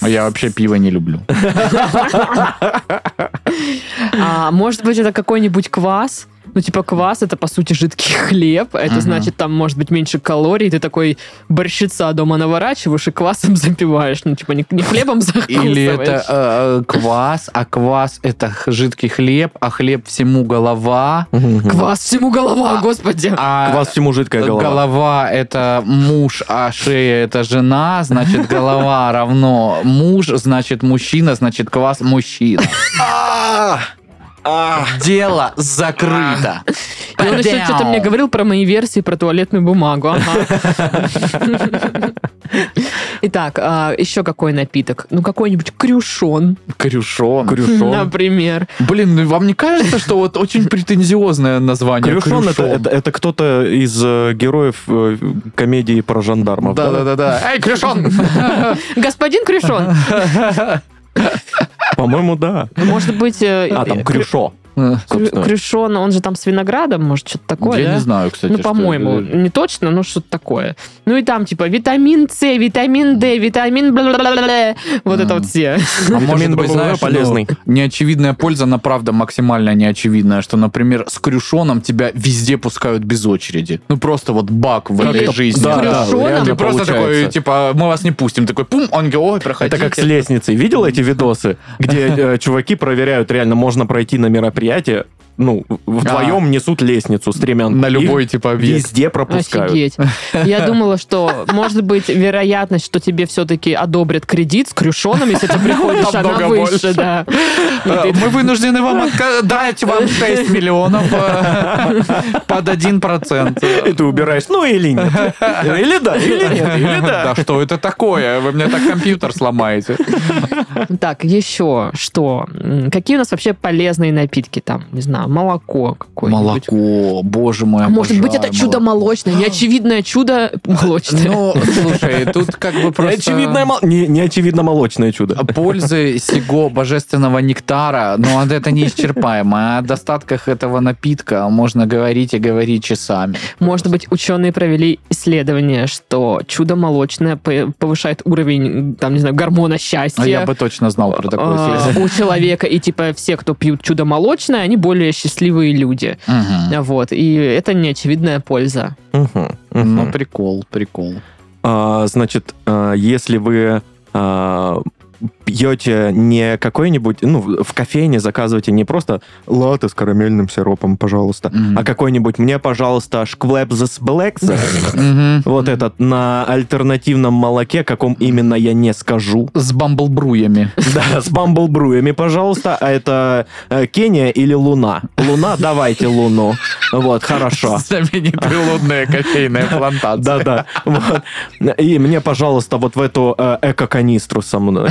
Speaker 3: А Я вообще пиво не люблю.
Speaker 1: А, может быть, это какой-нибудь квас? Ну, типа, квас это, по сути, жидкий хлеб. Это
Speaker 3: Мгм.
Speaker 1: значит, там может быть меньше калорий. Ты такой борщица дома наворачиваешь и квасом запиваешь. Ну, типа, не, не хлебом закусываешь.
Speaker 3: Или это э, э, квас, а квас это х- жидкий хлеб, а хлеб всему голова.
Speaker 2: Квас
Speaker 1: Квас всему голова, господи.
Speaker 3: А
Speaker 2: всему жидкая голова.
Speaker 3: это муж, а шея это жена, значит голова равно муж, значит мужчина, значит квас мужчина.
Speaker 2: А! А!
Speaker 3: Дело закрыто.
Speaker 1: И он еще что-то
Speaker 3: а.
Speaker 1: мне говорил про мои версии про туалетную бумагу. Ага. Итак, а, еще какой напиток? Ну, какой-нибудь крюшон,
Speaker 3: Крюшон.
Speaker 1: например.
Speaker 3: Блин, ну вам не кажется, что вот очень претензиозное название?
Speaker 2: Крюшон это, это, это кто-то из э, героев э, комедии про жандармов.
Speaker 3: Да-да-да. Эй, Крюшон!
Speaker 1: Господин крюшон.
Speaker 2: По-моему, да.
Speaker 1: Может быть... э,
Speaker 2: А, там
Speaker 1: э,
Speaker 2: Крюшо.
Speaker 1: Крю-
Speaker 2: собственно.
Speaker 1: Крюшон, он же там с виноградом, может, что-то такое,
Speaker 3: Я
Speaker 1: да?
Speaker 3: не знаю, кстати.
Speaker 1: ну,
Speaker 3: что
Speaker 1: по-моему,
Speaker 3: это.
Speaker 1: не точно, но что-то такое. Ну и там, типа, витамин С, витамин Д, витамин бла Вот это
Speaker 3: Мгм.
Speaker 1: вот все.
Speaker 3: А может
Speaker 2: Витамин
Speaker 3: быть,
Speaker 2: ББВ
Speaker 3: знаешь,
Speaker 2: полезный.
Speaker 3: ну, неочевидная польза, она правда максимально неочевидная, что, например, с крюшоном тебя везде пускают без очереди. Ну, просто вот бак в
Speaker 1: Или
Speaker 3: этой жизни.
Speaker 1: да, крюшоном?
Speaker 2: реально
Speaker 3: Ты просто такой,
Speaker 2: получается.
Speaker 3: типа, мы вас не пустим. Такой, пум, он говорит, ой, проходите.
Speaker 2: Это как с лестницей. Видел эти видосы, где э, чуваки проверяют, реально можно пройти на мероприятие, ну, вдвоем несут лестницу стремянку.
Speaker 3: на
Speaker 2: Их
Speaker 3: любой, типа, объект.
Speaker 2: Везде пропускают.
Speaker 1: Офигеть. Я думала, что, может быть, вероятность, что тебе все-таки одобрят кредит с крюшоном, если ты приходишь,
Speaker 3: Намного
Speaker 1: она выше,
Speaker 3: больше.
Speaker 1: да.
Speaker 3: Э, Мы вынуждены вам отка- дать вам 6 миллионов э, под 1%.
Speaker 2: И ты убираешь, ну или нет. Или да, или нет, или да.
Speaker 3: Да что это такое? Вы мне так компьютер сломаете.
Speaker 1: Так, еще что? М, Какие у нас вообще полезные напитки там? Не знаю, молоко какое-нибудь.
Speaker 3: Молоко, боже мой,
Speaker 1: А может быть, это
Speaker 3: обожаю
Speaker 1: чудо
Speaker 3: молоко.
Speaker 1: молочное, неочевидное чудо молочное.
Speaker 3: Ну, слушай, тут как бы просто...
Speaker 2: Неочевидное мол- не- Неочевидно молочное чудо.
Speaker 3: Пользы сего божественного нектара, но это неисчерпаемо. О достатках этого напитка можно говорить и говорить часами.
Speaker 1: Может быть, ученые провели исследование, что чудо молочное п- повышает уровень, там, не знаю, гормона счастья.
Speaker 3: А я бы точно знал про такое.
Speaker 1: а,
Speaker 3: следствие.
Speaker 1: у человека, и типа все, кто пьют чудо молочное, они более счастливые люди.
Speaker 3: Мгм.
Speaker 1: Вот. И это неочевидная польза.
Speaker 2: Мгм, мгм.
Speaker 3: Ну, прикол, прикол.
Speaker 2: А, значит, а, если вы а, пьете не какой-нибудь, ну, в в кофейне заказываете не просто латте с карамельным сиропом, пожалуйста,
Speaker 3: Мгм.
Speaker 2: а какой-нибудь мне, пожалуйста, шквепзес блекса,
Speaker 3: Мгм.
Speaker 2: вот этот, на альтернативном молоке, каком именно я не скажу.
Speaker 3: С бамблбруями.
Speaker 2: Да, с бамблбруями, пожалуйста. А это э, Кения или Луна? Луна, давайте Луну. Вот, хорошо.
Speaker 3: Знаменитая лунная кофейная плантация.
Speaker 2: Да-да. Вот. И мне, пожалуйста, вот в эту э, эко-канистру со мной.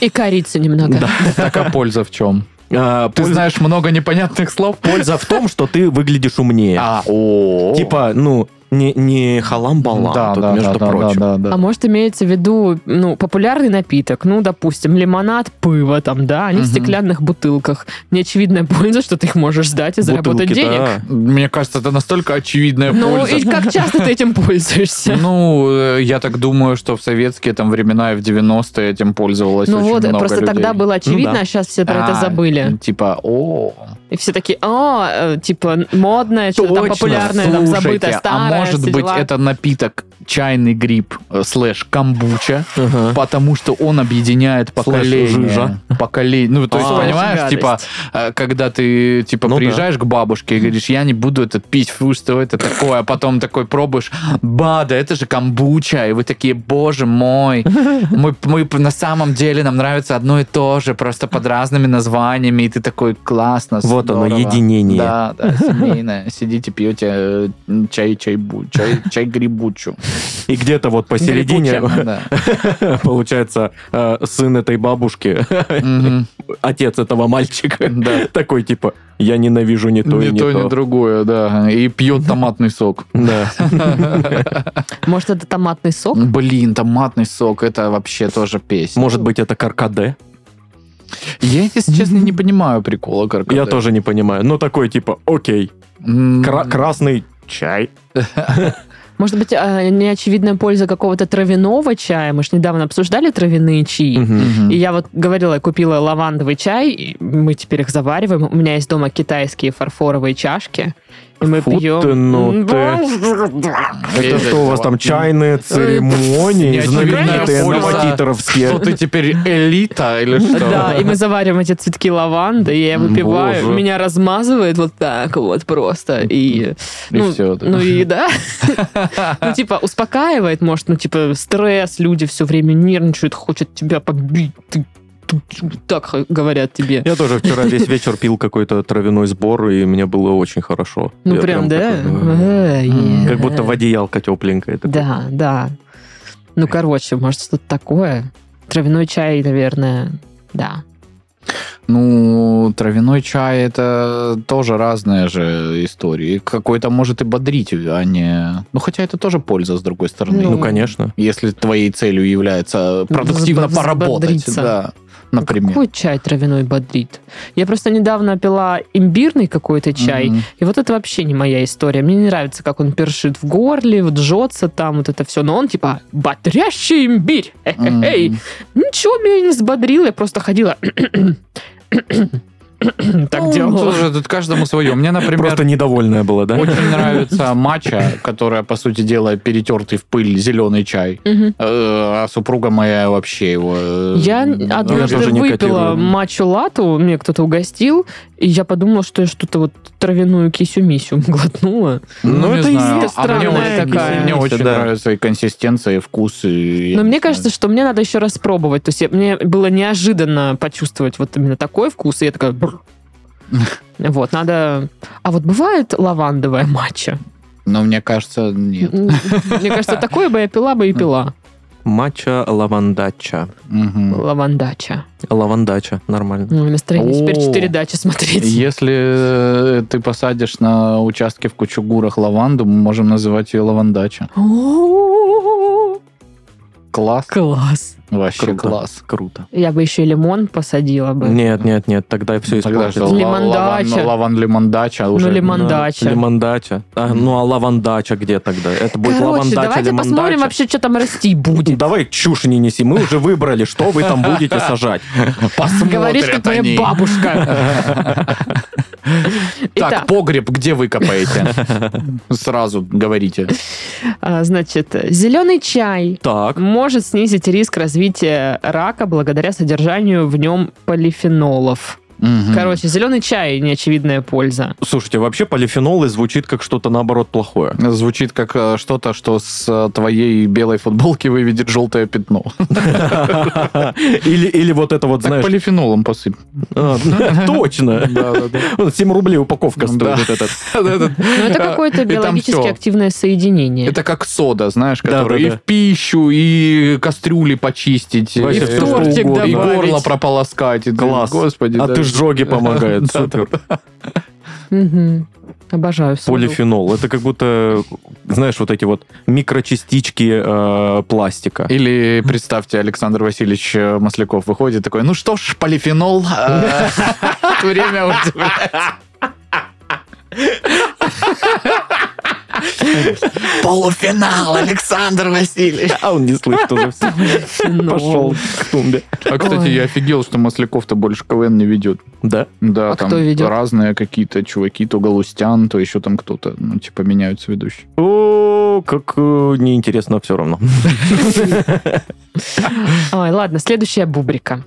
Speaker 1: И корицы немного.
Speaker 2: Да.
Speaker 3: Так а польза в чем?
Speaker 2: А,
Speaker 3: Ты
Speaker 2: польза-
Speaker 3: знаешь много непонятных слов?
Speaker 2: Польза в том, что ты выглядишь умнее.
Speaker 3: А, о.
Speaker 2: Типа, ну, не, не халам-балам,
Speaker 3: да,
Speaker 2: тут,
Speaker 3: да,
Speaker 2: между
Speaker 3: да, да,
Speaker 2: прочим.
Speaker 3: да, да,
Speaker 1: А
Speaker 3: да.
Speaker 1: может, имеется в виду, ну, популярный напиток, ну, допустим, лимонад, пиво там, да, они в
Speaker 3: Мгм.
Speaker 1: стеклянных бутылках. Неочевидная польза, что ты их можешь сдать и заработать
Speaker 2: Бутылки,
Speaker 1: денег.
Speaker 2: да.
Speaker 3: Мне кажется, это настолько очевидная
Speaker 1: Ну,
Speaker 3: польза.
Speaker 1: и как часто ты этим пользуешься?
Speaker 3: Ну, э, я так думаю, что в советские там времена и в 90-е этим пользовалось
Speaker 1: Ну
Speaker 3: очень
Speaker 1: вот,
Speaker 3: много
Speaker 1: просто
Speaker 3: людей. Ну
Speaker 1: тогда было очевидно,
Speaker 2: да.
Speaker 1: а сейчас все про это
Speaker 3: А,
Speaker 1: забыли.
Speaker 3: Типа, о,
Speaker 1: И все такие, о, э, типа, модное, что-то там
Speaker 3: точно,
Speaker 1: популярное, там
Speaker 3: слушайте,
Speaker 1: забытое, старое,
Speaker 3: А может
Speaker 1: все
Speaker 3: быть,
Speaker 1: дела».
Speaker 3: это напиток чайный гриб э, слэш камбуча,
Speaker 2: Ага.
Speaker 3: потому что он объединяет поколение.
Speaker 2: жижа.
Speaker 3: Поколение. Ну, то есть,
Speaker 2: А.
Speaker 3: понимаешь,
Speaker 1: Гадость.
Speaker 3: типа, э, когда ты, типа,
Speaker 2: Ну да.
Speaker 3: приезжаешь к бабушке и говоришь, я не буду это пить, фу, что это такое, а потом такой пробуешь, бада, это же камбуча, и вы такие, боже мой, мы, мы на самом деле, нам нравится одно и то же, просто под разными названиями, и ты такой, классно,
Speaker 2: Вот оно,
Speaker 3: здорово».
Speaker 2: единение.
Speaker 3: Да, да, семейное. Сидите, пьете э, чай, чай, бу- чай, чай грибучу.
Speaker 2: И где-то вот посередине,
Speaker 3: Грибуча, да.
Speaker 2: получается, э, сын этой бабушки,
Speaker 3: Мгм.
Speaker 2: отец этого мальчика,
Speaker 3: Да.
Speaker 2: такой типа, я ненавижу не то и
Speaker 3: Ни
Speaker 2: не
Speaker 3: то, ни
Speaker 2: то.
Speaker 3: другое, да. И пьет томатный сок.
Speaker 2: Да.
Speaker 1: Может, это томатный сок?
Speaker 3: Блин, томатный сок, это вообще тоже песня.
Speaker 2: Может быть, это каркаде?
Speaker 3: Я, если честно, не понимаю прикола каркаде.
Speaker 2: Я тоже не понимаю. Ну, такой типа, окей,
Speaker 3: М,
Speaker 2: кра- красный чай.
Speaker 1: Может быть, э, неочевидная польза какого-то травяного чая? Мы же недавно обсуждали травяные чаи.
Speaker 2: Мгм.
Speaker 3: мгм.
Speaker 1: И я вот говорила, я купила лавандовый чай, и мы теперь их завариваем. У меня есть дома китайские фарфоровые чашки, и мы
Speaker 2: Фу
Speaker 1: пьем.
Speaker 2: ты, ну
Speaker 1: М,
Speaker 2: ты. Это что у вас там, чайные церемонии,
Speaker 3: Неочевидная
Speaker 2: знаменитые
Speaker 3: польза. Что
Speaker 2: новатиторовские?
Speaker 3: ты теперь элита или что?
Speaker 1: Да, и мы завариваем эти цветки лаванды, и я его пиваю,
Speaker 2: Боже.
Speaker 1: меня размазывает вот так вот просто, и...
Speaker 3: И всё, да.
Speaker 1: Ну и да. Ну типа успокаивает, может, ну типа стресс, люди все время нервничают, хочет тебя побить, ты- ты- так говорят тебе.
Speaker 2: Я тоже вчера весь вечер пил какой-то травяной сбор, и мне было очень хорошо.
Speaker 1: Ну
Speaker 2: Я
Speaker 1: прям, да?
Speaker 2: такой,
Speaker 1: Э,
Speaker 3: М,
Speaker 1: е.
Speaker 2: Как будто в одеялко тепленькое. такое.
Speaker 1: Да, да. Ну, короче, может, что-то такое. Травяной чай, наверное, да.
Speaker 3: Ну, травяной чай это тоже разная же история. И Какой-то может и бодрить, а не... Ну, хотя это тоже польза, с другой стороны.
Speaker 2: Ну, конечно.
Speaker 3: Если твоей целью является продуктивно
Speaker 1: Взбо-
Speaker 3: поработать.
Speaker 1: взбодриться.
Speaker 3: Да,
Speaker 1: Ну,
Speaker 3: например.
Speaker 1: Какой чай травяной бодрит? Я просто недавно пила имбирный какой-то чай,
Speaker 3: Мгм.
Speaker 1: и вот это вообще не моя история. Мне не нравится, как он першит в горле, вот жжется там, вот это все. Но он типа бодрящий имбирь.
Speaker 3: Мгм.
Speaker 1: Эй, ничего меня не взбодрил, я просто ходила... Так
Speaker 3: Ну,
Speaker 1: делала.
Speaker 3: слушай, тут каждому свое. Мне, например,
Speaker 2: Просто недовольная была, да?
Speaker 3: очень нравится матча, которая, по сути дела, перетертый в пыль зеленый чай.
Speaker 1: Мгм.
Speaker 3: Э, А супруга моя вообще его... э,
Speaker 1: Я
Speaker 2: я
Speaker 1: однажды
Speaker 2: тоже не
Speaker 1: выпила
Speaker 2: котирую.
Speaker 1: мачу лату, мне кто-то угостил, и я подумала, что я что-то вот травяную кисю-мисю глотнула.
Speaker 2: Ну,
Speaker 3: не
Speaker 2: это
Speaker 3: знаю.
Speaker 1: известная
Speaker 3: А
Speaker 1: странная
Speaker 3: мне очень-
Speaker 1: такая.
Speaker 3: Мне очень
Speaker 2: Да.
Speaker 3: нравится и консистенция, и вкус. и-
Speaker 1: Но мне кажется, что мне надо еще раз пробовать. То есть я- мне было неожиданно почувствовать вот именно такой вкус, и я такая... «Бррр». Вот, надо... А вот бывает лавандовая матча?
Speaker 3: Но мне кажется, нет.
Speaker 1: М, Мне кажется, такое бы я пила бы и пила.
Speaker 2: Матча лавандача.
Speaker 3: Мгм.
Speaker 1: Лавандача.
Speaker 2: Лавандача, нормально.
Speaker 1: Ну, и настроение теперь
Speaker 3: О.
Speaker 1: четыре дачи смотреть.
Speaker 3: Если э, ты посадишь на участке в Кучугурах лаванду, мы можем называть ее лавандача.
Speaker 1: О,
Speaker 3: Класс.
Speaker 1: Класс.
Speaker 3: Вообще
Speaker 2: Круто.
Speaker 3: класс.
Speaker 2: Круто.
Speaker 1: Я бы еще и лимон посадила бы.
Speaker 2: Нет, нет, нет, тогда все
Speaker 3: Тогда что,
Speaker 2: испортится.
Speaker 3: ла-
Speaker 1: Лимондача.
Speaker 3: лаван- Лаван лимондача уже.
Speaker 1: Ну, лимондача.
Speaker 2: Лимондача. А, ну, а лавандача где тогда? Это будет
Speaker 1: Короче,
Speaker 2: лавандача,
Speaker 1: давайте
Speaker 2: лимондача?
Speaker 1: посмотрим вообще, что там расти будет.
Speaker 2: Давай чушь не неси, мы уже выбрали, что вы там будете сажать.
Speaker 3: Посмотрят
Speaker 1: Ну, Говоришь, как твоя
Speaker 3: они.
Speaker 1: бабушка.
Speaker 3: Так,
Speaker 1: Итак,
Speaker 3: погреб где выкопаете? Сразу говорите.
Speaker 1: а, значит, зеленый чай
Speaker 2: Так,
Speaker 1: может снизить риск развития рака благодаря содержанию в нем полифенолов.
Speaker 3: Мгм.
Speaker 1: Короче, зеленый чай неочевидная польза.
Speaker 2: Слушайте, вообще полифенолы звучит как что-то наоборот плохое.
Speaker 3: Звучит как э, что-то, что с э, твоей белой футболки выведет желтое пятно.
Speaker 2: Или, или вот это вот,
Speaker 3: Так
Speaker 2: знаешь...
Speaker 3: полифенолом посыпь.
Speaker 2: а, Точно!
Speaker 3: Да-да-да.
Speaker 2: Вот 7 рублей упаковка
Speaker 3: Да.
Speaker 2: стоит вот этот.
Speaker 1: Но Ну, это какое-то
Speaker 3: Э, И там всё.
Speaker 1: биологически активное соединение.
Speaker 3: Это как сода, знаешь,
Speaker 2: Да,
Speaker 3: которая
Speaker 2: да,
Speaker 3: и
Speaker 2: да.
Speaker 3: в пищу, и кастрюли почистить,
Speaker 2: Вообще
Speaker 3: и
Speaker 2: всё,
Speaker 3: всё,
Speaker 2: что
Speaker 1: тортик
Speaker 3: угодно, и
Speaker 1: добавить.
Speaker 3: горло прополоскать. И ты,
Speaker 2: Класс.
Speaker 3: Господи,
Speaker 2: А
Speaker 3: да.
Speaker 2: ты ж жоги помогает,
Speaker 3: Да,
Speaker 2: супер.
Speaker 1: Мгм. Обожаю. соду.
Speaker 2: Полифенол. Это как будто, знаешь, вот эти вот микрочастички э, пластика.
Speaker 3: Или представьте, Александр Васильевич э, Масляков выходит такой, ну что ж, полифенол, э, время удивляет». Полуфинал, Александр Васильевич.
Speaker 2: А он не слышит уже всё.
Speaker 1: Ну.
Speaker 2: Пошел к тумбе.
Speaker 3: А, кстати,
Speaker 1: Ой.
Speaker 3: я офигел, что Масляков-то больше КВН не ведет.
Speaker 2: Да?
Speaker 3: Да,
Speaker 1: А
Speaker 3: там
Speaker 1: кто ведет?
Speaker 3: разные какие-то чуваки, то Галустян, то еще там кто-то, ну, типа, меняются ведущие.
Speaker 2: О, как э, неинтересно все равно.
Speaker 1: Ой, ладно, следующая бубрика.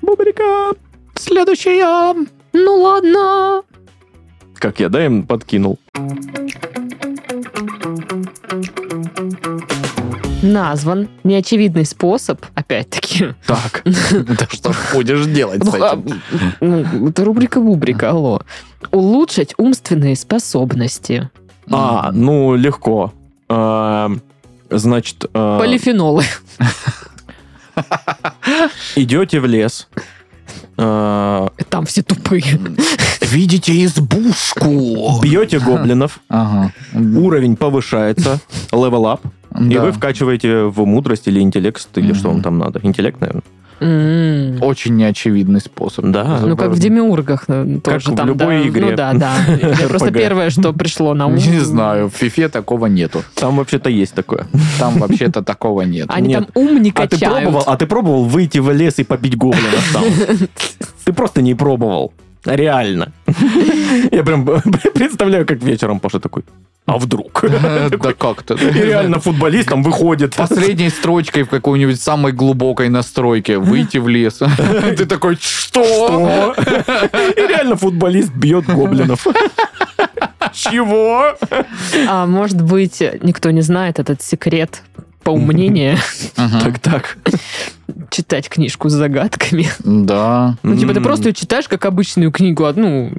Speaker 2: Бубрика!
Speaker 3: Следующая.
Speaker 1: Ну ладно.
Speaker 2: Как я, да, им подкинул.
Speaker 1: Назван неочевидный способ, опять-таки.
Speaker 3: Так, да что ж будешь делать с
Speaker 1: Ну, а,
Speaker 3: этим?
Speaker 1: ну, это рубрика бубрика, алло. Улучшить умственные способности.
Speaker 2: А, ну, легко. Э, Значит,
Speaker 3: А.
Speaker 2: э,
Speaker 1: Полифенолы.
Speaker 2: идете в лес, э,
Speaker 1: Там все тупые.
Speaker 3: Видите избушку.
Speaker 2: бьете гоблинов,
Speaker 3: Ага.
Speaker 2: уровень повышается, левел ап, и
Speaker 3: Да.
Speaker 2: вы вкачиваете в мудрость или интеллект, или что вам там надо. Интеллект, наверное.
Speaker 1: М.
Speaker 3: Очень неочевидный способ.
Speaker 2: Да.
Speaker 1: Ну, как в демиургах ну, тоже
Speaker 2: в
Speaker 1: там,
Speaker 2: любой
Speaker 1: да.
Speaker 2: игре.
Speaker 1: Ну да, да. Это Просто
Speaker 2: RPG.
Speaker 1: первое, что пришло на ум.
Speaker 3: Не знаю, в фифе такого нету.
Speaker 2: Там вообще-то есть такое.
Speaker 3: Там вообще-то такого нет.
Speaker 1: Они там
Speaker 2: Нет.
Speaker 1: ум не
Speaker 2: А ты пробовал?
Speaker 1: качают.
Speaker 2: А ты пробовал выйти в лес и побить гоблинов там? Ты просто не пробовал. Реально. Я прям представляю, как вечером Паша такой. А вдруг?
Speaker 3: Э, Да как-то.
Speaker 2: И реально футболист там выходит.
Speaker 3: Последней строчкой в какой-нибудь самой глубокой настройке выйти в лес. Ты такой, что?
Speaker 2: Что? И реально футболист бьет гоблинов. Чего?
Speaker 1: А может быть, никто не знает этот секрет поумнение
Speaker 3: Ага.
Speaker 2: Так-так.
Speaker 1: читать книжку с загадками.
Speaker 3: Да.
Speaker 1: Ну, типа, ты
Speaker 2: М.
Speaker 1: просто ее читаешь как обычную книгу одну,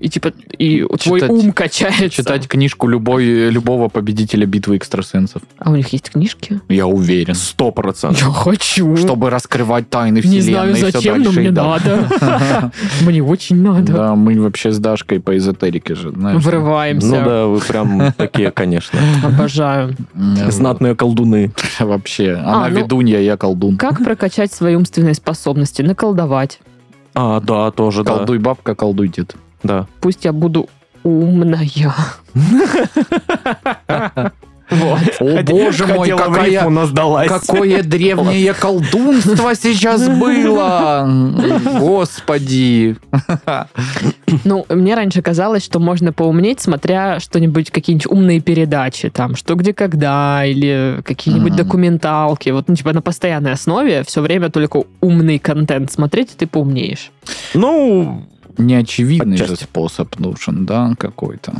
Speaker 1: и типа, и твой
Speaker 3: Читать-
Speaker 1: ум качается.
Speaker 3: Читать книжку любой, любого победителя битвы экстрасенсов.
Speaker 1: А у них есть книжки?
Speaker 3: Я уверен.
Speaker 2: Сто процентов.
Speaker 1: Я хочу.
Speaker 3: Чтобы раскрывать тайны вселенной.
Speaker 1: Не знаю,
Speaker 3: и всё
Speaker 1: зачем, но
Speaker 3: дальше,
Speaker 1: мне
Speaker 3: и дальше.
Speaker 1: надо. Мне очень надо.
Speaker 3: Да, мы вообще с Дашкой по эзотерике же, знаешь.
Speaker 2: Ну
Speaker 1: Врываемся.
Speaker 2: да, вы прям такие, конечно.
Speaker 1: Обожаю.
Speaker 3: М,
Speaker 2: Знатные колдуны.
Speaker 3: Вообще. Она
Speaker 1: А, ну-
Speaker 3: ведунья, я колдун.
Speaker 1: Как прокачать свои умственные способности? Наколдовать.
Speaker 2: А, да, тоже, да.
Speaker 3: Колдуй бабка, колдуй дед.
Speaker 2: Да.
Speaker 1: Пусть я буду умная. Вот.
Speaker 3: О, боже мой,
Speaker 2: Хотела в рифму,
Speaker 3: какая...
Speaker 2: но сдалась.
Speaker 3: Какое древнее колдунство сейчас было! Господи!
Speaker 1: Ну, мне раньше казалось, что можно поумнеть, смотря что-нибудь, какие-нибудь умные передачи, там, что, где, когда, или какие-нибудь
Speaker 3: Мгм.
Speaker 1: документалки. Вот, ну, типа, на постоянной основе все время только умный контент смотреть, и ты поумнеешь.
Speaker 2: Ну,
Speaker 3: Неочевидный же
Speaker 2: Отчасти.
Speaker 3: способ нужен, да, какой-то.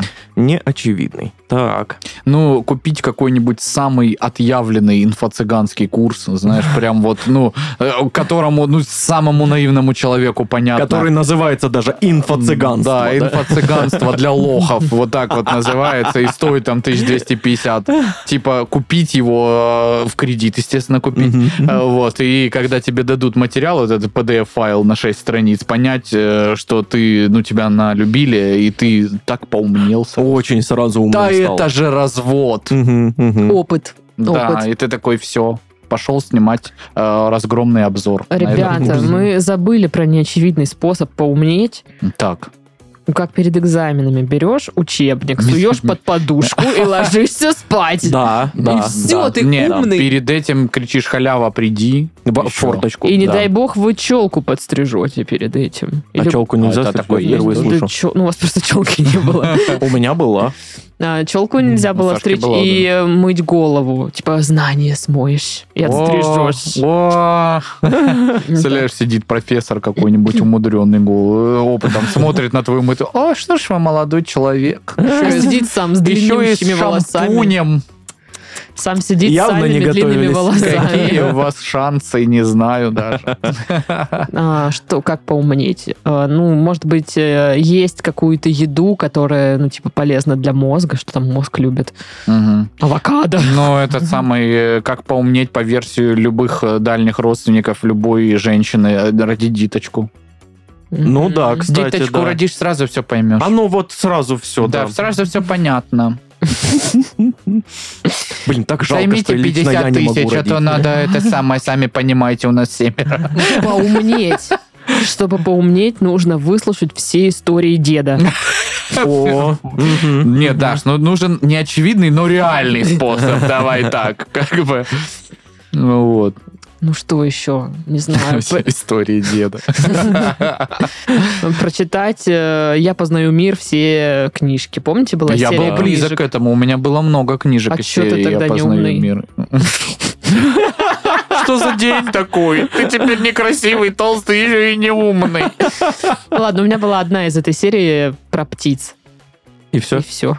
Speaker 2: неочевидный. Так.
Speaker 3: Ну, купить какой-нибудь самый отъявленный инфо-цыганский курс, знаешь, прям вот, ну, э, которому, ну, самому наивному человеку понятно.
Speaker 2: Который называется даже инфо-цыганство.
Speaker 3: Да, инфо-цыганство для лохов. Вот так вот называется. И стоит там 1250. Типа купить его э, в кредит, естественно, купить. Э, Вот, и когда тебе дадут материал, вот этот PDF-файл на 6 страниц, понять, э, что ты, ну, тебя налюбили, и ты так поумнелся.
Speaker 2: Очень сразу умным
Speaker 3: да
Speaker 2: стал.
Speaker 3: это же развод.
Speaker 2: Мгм, мгм.
Speaker 1: Опыт.
Speaker 3: Да,
Speaker 1: Опыт.
Speaker 3: и ты такой, все, пошел снимать э, разгромный обзор. на этот
Speaker 1: Ребята,
Speaker 3: курс.
Speaker 1: мы забыли про неочевидный способ поумнеть.
Speaker 3: Так.
Speaker 1: Ну, Как перед экзаменами берешь учебник, суешь под подушку и ложишься спать.
Speaker 2: Да, да.
Speaker 1: всё,
Speaker 2: да.
Speaker 1: ты
Speaker 3: Не,
Speaker 1: умный.
Speaker 3: Перед этим кричишь халява, приди.
Speaker 2: Ба-
Speaker 3: Ещё.
Speaker 2: Форточку.
Speaker 1: И не
Speaker 2: да.
Speaker 1: дай бог вы челку подстрижете перед этим.
Speaker 2: А
Speaker 1: Или-
Speaker 2: челку нельзя
Speaker 3: А, это
Speaker 2: стричь?
Speaker 3: такое
Speaker 2: Я впервые
Speaker 1: Ну,
Speaker 2: слышу.
Speaker 1: чё- Ну, у вас просто челки не было.
Speaker 2: У меня была.
Speaker 1: А, Челку нельзя
Speaker 3: Ну,
Speaker 1: было
Speaker 3: Сашке
Speaker 1: стричь
Speaker 3: была,
Speaker 1: и э, мыть голову. Типа, знание смоешь и отстрижешь.
Speaker 3: О, о. Представляешь, сидит профессор какой-нибудь умудренный голову, опытом, смотрит на твою мыту. А что ж вы, молодой человек?
Speaker 1: А сидит сам с
Speaker 3: Еще и с
Speaker 1: длинными волосами.
Speaker 3: шампунем.
Speaker 1: Сам сидит с
Speaker 2: Явно не
Speaker 1: сальными длинными
Speaker 2: готовились.
Speaker 1: волосами.
Speaker 3: Какие у вас шансы, не знаю даже.
Speaker 1: А, что, как поумнеть? А, ну, может быть, э, есть какую-то еду, которая, ну, типа, полезна для мозга, что там мозг любит.
Speaker 3: Мгм.
Speaker 1: Авокадо.
Speaker 3: Ну, этот самый, э, как поумнеть по версии любых э, дальних родственников любой женщины, э, роди диточку.
Speaker 2: Ну
Speaker 1: М,
Speaker 2: да, кстати,
Speaker 3: Диточку
Speaker 2: да.
Speaker 3: родишь, сразу все поймешь.
Speaker 2: А ну вот сразу все, да.
Speaker 3: Да, сразу все понятно.
Speaker 2: Блин, так жалко,
Speaker 3: Займите
Speaker 2: что лично
Speaker 3: 50
Speaker 2: я не могу
Speaker 3: тысяч, а то
Speaker 2: родить.
Speaker 3: надо это самое, сами понимаете, у нас семеро.
Speaker 1: Поумнеть. Чтобы поумнеть, нужно выслушать все истории деда.
Speaker 2: О, мгм.
Speaker 3: Нет, Даш, ну нужен не очевидный, но реальный способ. Давай так, как бы. Ну вот,
Speaker 1: Ну что еще? Не знаю.
Speaker 3: все истории деда.
Speaker 1: Прочитать э, «Я познаю мир» все книжки. Помните, была
Speaker 3: Я
Speaker 1: серия
Speaker 3: был близок
Speaker 1: книжек?
Speaker 3: к этому, у меня было много книжек
Speaker 1: А
Speaker 3: из
Speaker 1: чё ты
Speaker 3: серии
Speaker 1: тогда
Speaker 3: «Я
Speaker 1: не умный?»
Speaker 3: познаю мир». Что за день такой? Ты теперь некрасивый, толстый еще и неумный.
Speaker 1: Ну Ладно, у меня была одна из этой серии про птиц.
Speaker 2: И все.
Speaker 1: И все.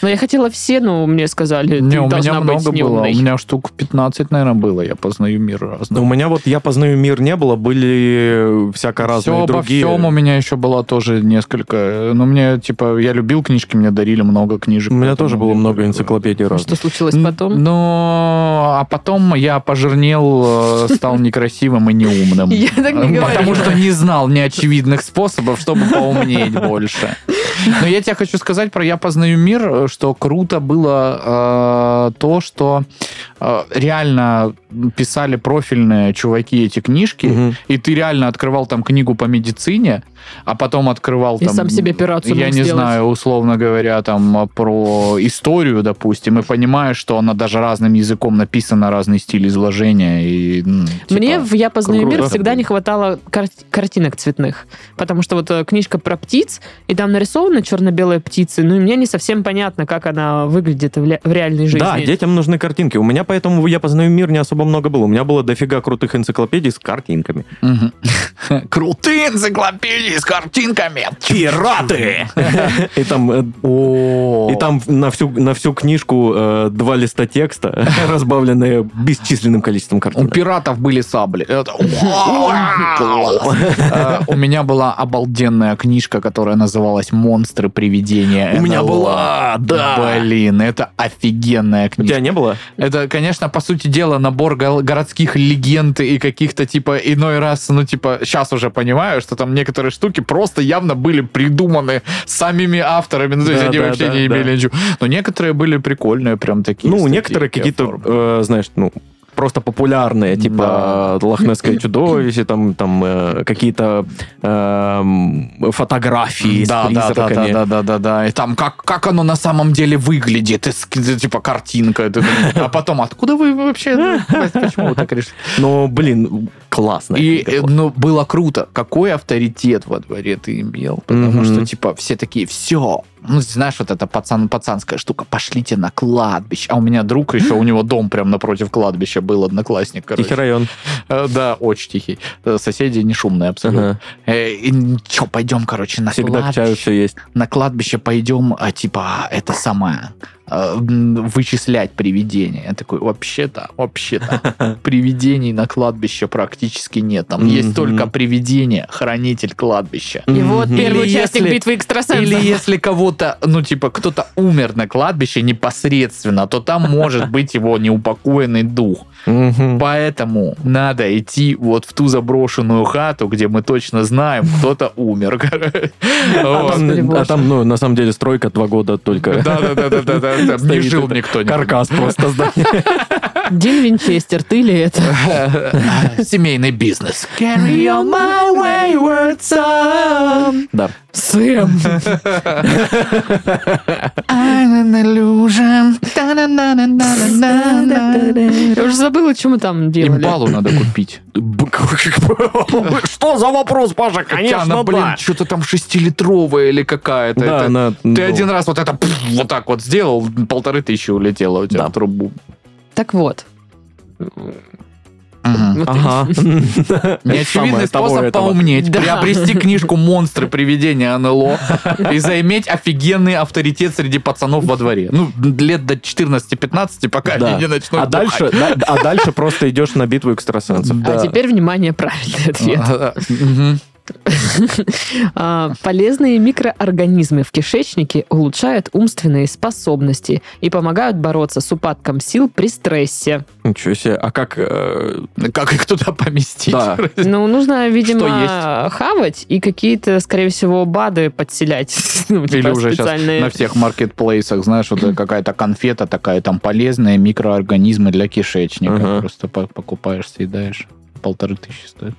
Speaker 1: Но я хотела все, но мне сказали, ты
Speaker 3: Не, у меня
Speaker 1: должна быть
Speaker 3: много было. У
Speaker 1: неумной.
Speaker 3: меня штук 15, наверное, было. Я познаю мир
Speaker 2: Ну,
Speaker 3: разный.
Speaker 2: У меня вот «Я познаю мир» не было, были всяко разные
Speaker 3: Все обо
Speaker 2: другие.
Speaker 3: всем у меня еще было тоже несколько. э, Ну, мне, типа, я любил книжки, мне дарили много книжек.
Speaker 2: У меня
Speaker 3: поэтому
Speaker 2: тоже было
Speaker 3: мне
Speaker 2: много
Speaker 3: было.
Speaker 2: энциклопедий разных.
Speaker 1: Что случилось
Speaker 3: Н-
Speaker 1: потом?
Speaker 3: Ну, а потом я пожирнел, э, стал некрасивым и неумным.
Speaker 1: Я так не
Speaker 3: Ну, Потому
Speaker 1: говорила.
Speaker 3: что не знал неочевидных способов, чтобы поумнеть больше. Но я тебе хочу сказать про «Я познаю мир», э, что круто было э, то, что э, реально писали профильные чуваки эти книжки,
Speaker 2: Мгм.
Speaker 3: и ты реально открывал там книгу по медицине, а потом открывал
Speaker 1: И
Speaker 3: там...
Speaker 1: сам себе операцию
Speaker 3: Я
Speaker 1: мог
Speaker 3: не
Speaker 1: сделать.
Speaker 3: знаю, условно говоря, там про историю, допустим, и понимаешь, что она даже разным языком написана, разный стиль изложения. И, м,
Speaker 1: Мне
Speaker 3: типа,
Speaker 1: в «Я познаю мир»
Speaker 3: круто
Speaker 1: всегда
Speaker 3: было.
Speaker 1: не хватало кар- картинок цветных. Потому что вот э, книжка про птиц, и там нарисованы черно-белые птицы, ну и мне не совсем понятно, как она выглядит в, ле- в реальной жизни.
Speaker 2: Да, детям нужны картинки. У меня поэтому «Я познаю мир» не особо много было. У меня было дофига крутых энциклопедий с картинками.
Speaker 3: мгм. Крутые энциклопедии с картинками.
Speaker 2: Пираты! И там э,
Speaker 3: О,
Speaker 2: и там на всю, на всю книжку э, два листа текста, разбавленные бесчисленным количеством
Speaker 3: У
Speaker 2: картинок.
Speaker 3: пиратов были сабли. Это- Класс. Э, У меня была обалденная книжка, которая называлась «Монстры привидения».
Speaker 2: У меня
Speaker 3: NLO.
Speaker 2: была, да.
Speaker 3: Блин, это офигенная
Speaker 2: У тебя
Speaker 3: книжка.
Speaker 2: не было?
Speaker 3: Это, конечно, по сути дела, набор го- городских легенд и каких-то, типа, иной раз, ну, типа, сейчас уже понимаю, что там некоторые штуки просто явно были придуманы самими авторами. Ну, то есть
Speaker 2: Да,
Speaker 3: они
Speaker 2: да,
Speaker 3: вообще
Speaker 2: да,
Speaker 3: не
Speaker 2: да.
Speaker 3: имели ничего. Но некоторые были прикольные, прям такие.
Speaker 2: Ну,
Speaker 3: статейки
Speaker 2: некоторые какие-то,
Speaker 3: оформлены.
Speaker 2: э, знаешь, ну, просто популярные, типа Лохнесское чудовище, там, там э, какие-то эм, фотографии с
Speaker 3: Да, да, да, да,
Speaker 2: призраками.
Speaker 3: да, да, да, да. И там как, как оно на самом деле выглядит, и ск- типа картинка. Ты думаешь, А потом, откуда вы вообще, ну, почему вы так решили?
Speaker 2: Но, блин, классно.
Speaker 3: И, э, ну, было круто. Какой авторитет во дворе ты имел? Потому
Speaker 2: Мгм.
Speaker 3: что, типа, все такие, все. Ну, знаешь, вот эта пацан, пацанская штука, пошлите на кладбище. А у меня друг еще, у него дом прям напротив кладбища был, одноклассник,
Speaker 2: Тихий
Speaker 3: короче.
Speaker 2: район.
Speaker 3: Э, Да, очень тихий. Э, Соседи не шумные абсолютно.
Speaker 2: Ага.
Speaker 3: Э, и Че, пойдем, короче, на
Speaker 2: Всегда к чаю
Speaker 3: кладбище
Speaker 2: все есть.
Speaker 3: на кладбище пойдем, а, типа, а, это самое, а, м, вычислять привидения. Я такой, вообще-то, вообще-то, привидений на кладбище практически нет. Там
Speaker 2: Мгм.
Speaker 3: есть только привидение, хранитель кладбища.
Speaker 1: И вот
Speaker 2: Мгм.
Speaker 1: первый
Speaker 3: Или
Speaker 1: участник
Speaker 3: если-
Speaker 1: битвы экстрасенсов.
Speaker 3: Или если кого-то, ну, типа, кто-то умер на кладбище непосредственно, то там может быть его неупокоенный дух.
Speaker 2: Мгм.
Speaker 3: Поэтому надо идти вот в ту заброшенную хату, где мы точно знаем, кто-то умер.
Speaker 2: А
Speaker 3: Вот.
Speaker 2: там,
Speaker 1: Господи,
Speaker 2: а
Speaker 1: боже.
Speaker 2: там, ну, на самом деле, стройка два года только.
Speaker 3: Да, да, да, да, да, да. Не
Speaker 2: Стоит
Speaker 3: жил
Speaker 2: это.
Speaker 3: никто.
Speaker 2: Каркас просто здание.
Speaker 1: Дин Винчестер, ты ли это?
Speaker 3: Семейный бизнес. Да.
Speaker 1: Сэм. Я уже забыла, что мы там делали.
Speaker 3: Импалу надо купить.
Speaker 2: Что за вопрос, Паша?
Speaker 3: она, блин, что-то там шестилитровая или какая-то.
Speaker 2: Да,
Speaker 3: Это-
Speaker 2: она,
Speaker 3: Ты
Speaker 2: ну,
Speaker 3: один раз вот это пф, вот так вот сделал, полторы тысячи улетело у тебя
Speaker 2: Да.
Speaker 3: в трубу.
Speaker 1: Так вот.
Speaker 3: Мгм.
Speaker 1: Вот
Speaker 2: Ага.
Speaker 3: Неочевидный
Speaker 2: Самое того
Speaker 3: способ
Speaker 2: этого.
Speaker 3: поумнеть.
Speaker 1: Да.
Speaker 3: Приобрести книжку «Монстры. Привидения НЛО» и заиметь офигенный авторитет среди пацанов во дворе. Ну, лет до 14-15, пока
Speaker 2: Да.
Speaker 3: они не начнут
Speaker 2: А дальше, да, а дальше просто идешь на битву экстрасенсов.
Speaker 1: А теперь, внимание, правильный ответ. А, Полезные микроорганизмы в кишечнике улучшают умственные способности и помогают бороться с упадком сил при стрессе.
Speaker 2: Ничего себе. А как... э,
Speaker 3: Как их туда поместить?
Speaker 2: Да.
Speaker 1: Ну, нужно,
Speaker 3: Что
Speaker 1: видимо, хавать и какие-то, скорее всего, бады подселять. Ну,
Speaker 3: Или
Speaker 1: типа
Speaker 3: уже сейчас
Speaker 1: специальные.
Speaker 3: на всех маркетплейсах, знаешь, вот какая-то конфета такая, там полезные микроорганизмы для кишечника.
Speaker 2: Ага.
Speaker 3: Просто по- покупаешь, съедаешь. Полторы тысячи стоит.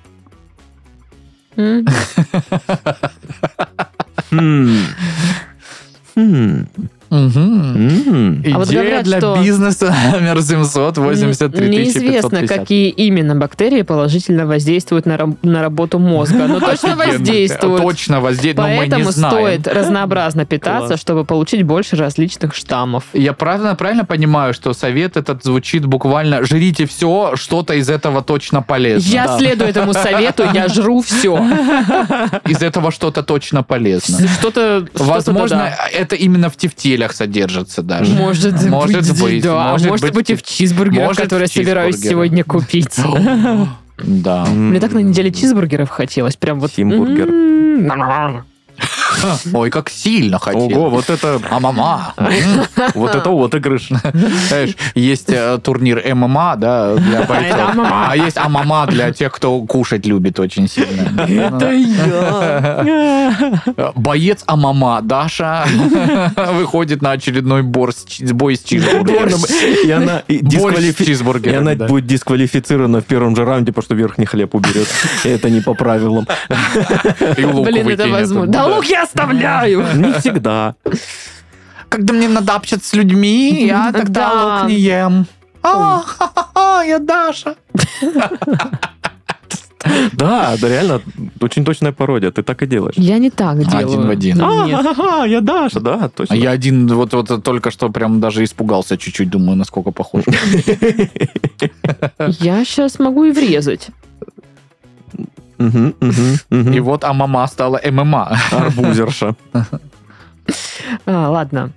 Speaker 1: М.
Speaker 2: хм. Хм. М.
Speaker 1: А вот
Speaker 3: Идея
Speaker 1: говорят,
Speaker 3: для
Speaker 1: что-
Speaker 3: бизнеса номер 783
Speaker 1: Неизвестно,
Speaker 3: 550.
Speaker 1: какие именно бактерии положительно воздействуют на, раб- на работу мозга, но Ну, точно
Speaker 3: Офигенно.
Speaker 1: воздействуют.
Speaker 3: Точно воздействуют, но мы не
Speaker 1: Поэтому
Speaker 3: знаем.
Speaker 1: стоит разнообразно питаться,
Speaker 2: Класс.
Speaker 1: чтобы получить больше различных штаммов.
Speaker 3: Я правильно, правильно понимаю, что совет этот звучит буквально «жрите все, что-то из этого точно полезно».
Speaker 1: Я следую этому совету, я жру все.
Speaker 3: Из этого что-то точно полезно.
Speaker 1: Что-то... что-то
Speaker 3: Возможно,
Speaker 1: да.
Speaker 3: это именно в тефтелях содержится даже.
Speaker 1: Может,
Speaker 3: Может
Speaker 1: быть,
Speaker 3: быть,
Speaker 1: да. А
Speaker 3: может
Speaker 1: Может,
Speaker 3: быть.
Speaker 1: быть, и в чизбургерах,
Speaker 3: Может,
Speaker 1: которые
Speaker 3: в
Speaker 1: я собираюсь
Speaker 3: чизбургерах.
Speaker 1: сегодня купить.
Speaker 3: Да.
Speaker 1: Мне так на
Speaker 3: М-м-м.
Speaker 1: неделе чизбургеров хотелось. Прям вот...
Speaker 2: Чимбургер.
Speaker 1: м-м.
Speaker 3: Ой, как сильно
Speaker 2: Ого,
Speaker 3: хотел.
Speaker 2: вот это...
Speaker 3: А мама.
Speaker 2: Вот это вот игрыш.
Speaker 3: Знаешь, есть э, турнир ММА, да, для бойцов.
Speaker 1: АММА.
Speaker 3: А есть АМАМА для тех, кто кушать любит очень сильно.
Speaker 1: я.
Speaker 3: Э, Боец АМАМА Даша выходит на очередной бор с чи- бой с чизбургером.
Speaker 2: И она и
Speaker 3: Борщ с
Speaker 2: дисквалифи- И
Speaker 3: чизбургером.
Speaker 2: она
Speaker 3: да.
Speaker 2: будет дисквалифицирована в первом же раунде, потому что верхний хлеб уберет. И Это не по правилам.
Speaker 3: И лук
Speaker 1: Блин, это
Speaker 3: выкинет.
Speaker 1: возможно. Да лук я
Speaker 3: А
Speaker 1: оставляю!
Speaker 2: Не всегда.
Speaker 3: Когда мне надо общаться с людьми, я
Speaker 1: Да.
Speaker 3: тогда лук не ем. А, ха-ха-ха, я Даша.
Speaker 2: Да, да реально, очень точная пародия. Ты так и делаешь.
Speaker 1: Я не так делаю.
Speaker 3: в один.
Speaker 1: Нет.
Speaker 2: А, я Даша, да, точно.
Speaker 3: А Я один вот, вот только что прям даже испугался чуть-чуть, думаю, насколько похоже.
Speaker 1: Я сейчас могу и врезать.
Speaker 2: Мгм, мгм, мгм.
Speaker 3: И вот АМАМА стала ММА.
Speaker 2: Арбузерша.
Speaker 1: А, ладно.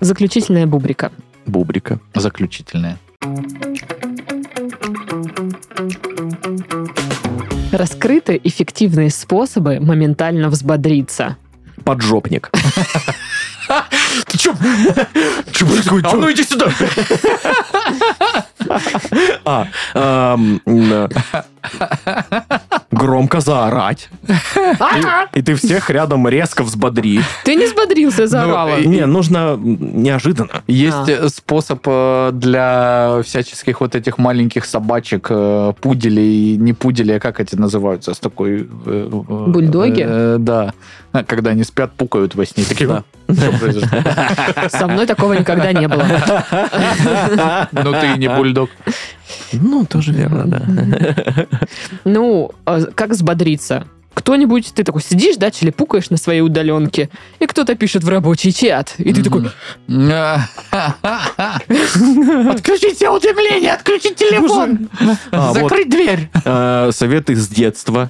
Speaker 1: Заключительная бубрика.
Speaker 2: Бубрика.
Speaker 3: Заключительная.
Speaker 1: Раскрыты эффективные способы моментально взбодриться.
Speaker 2: Поджопник.
Speaker 3: Ты чё? Чё происходит? А ну иди сюда!
Speaker 2: А, эм, м, громко заорать.
Speaker 1: А,
Speaker 2: И ты всех рядом резко взбодри.
Speaker 1: ты не взбодрился,
Speaker 3: Ну.
Speaker 1: я заорала.
Speaker 3: и-
Speaker 2: Не, нужно м, неожиданно.
Speaker 3: Есть
Speaker 1: А.
Speaker 3: э, способ э, для всяческих вот этих маленьких собачек, э, пуделей, не пуделей, а как эти называются, с такой... э, э,
Speaker 1: Бульдоги?
Speaker 3: э, Да. А, Когда они спят, пукают во сне. Такие,
Speaker 2: Да.
Speaker 3: «Чё произошло?»
Speaker 1: Со мной такого никогда не было.
Speaker 3: Ну ты и не бульдог.
Speaker 2: Ну, тоже верно, да.
Speaker 1: Ну, а как взбодриться? Кто-нибудь, ты такой сидишь, да, пукаешь на своей удаленке, и кто-то пишет в рабочий чат, и ты такой,
Speaker 3: Отключите удивление, отключить телефон,
Speaker 2: А, вот.
Speaker 3: закрыть дверь.
Speaker 2: Э, Советы с детства.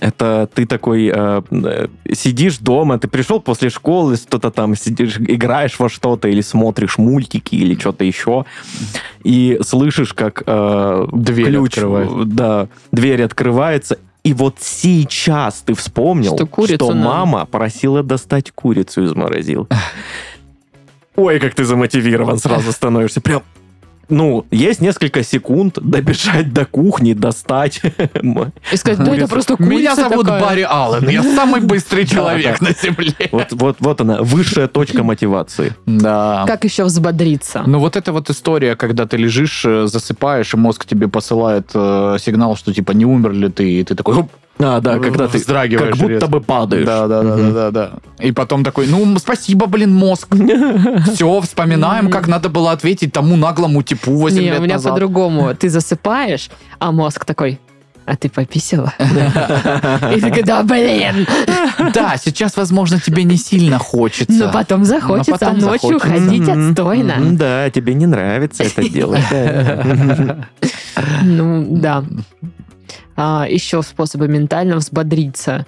Speaker 2: Это ты такой э, э, сидишь дома, ты пришел после школы, что-то там сидишь, играешь во что-то или смотришь мультики или что-то еще, и слышишь, как э,
Speaker 3: Дверь
Speaker 2: ключ,
Speaker 3: открывается.
Speaker 2: э, да, дверь открывается. И вот сейчас ты вспомнил,
Speaker 1: Что курицу надо.
Speaker 2: мама просила достать курицу из морозилки. Ой, как ты замотивирован сразу становишься. Прям ну, есть несколько секунд добежать до кухни, достать.
Speaker 1: И сказать, да, это просто курица
Speaker 3: Меня зовут
Speaker 1: такая».
Speaker 3: Барри Аллен, я самый быстрый человек на Земле.
Speaker 2: Вот, вот, вот она, высшая точка мотивации.
Speaker 3: Да.
Speaker 1: Как еще взбодриться?
Speaker 3: Ну вот эта вот история, когда ты лежишь, э, засыпаешь, и мозг тебе посылает э, сигнал, что типа не умер ли ты, и ты такой, «Оп,
Speaker 2: А, да, когда ты
Speaker 3: Вздрагиваешь
Speaker 2: как будто
Speaker 3: резко.
Speaker 2: бы падаешь.
Speaker 3: Да, да, да, да, да, да. И потом такой, ну, м, спасибо, блин, мозг. Все, вспоминаем, как надо было ответить тому наглому типу 8
Speaker 1: Не,
Speaker 3: лет
Speaker 1: у меня
Speaker 3: назад.
Speaker 1: по-другому. Ты засыпаешь, а мозг такой, а ты пописала? И такой, да блин,
Speaker 3: Да, сейчас, возможно, тебе не сильно хочется.
Speaker 1: но ну потом захочется
Speaker 3: Ну, потом
Speaker 1: ночью
Speaker 3: захочется.
Speaker 1: ходить
Speaker 2: Мгм. Мгм,
Speaker 1: отстойно.
Speaker 2: Да, тебе не нравится это дело.
Speaker 1: Ну, да. А, еще способы ментально взбодриться.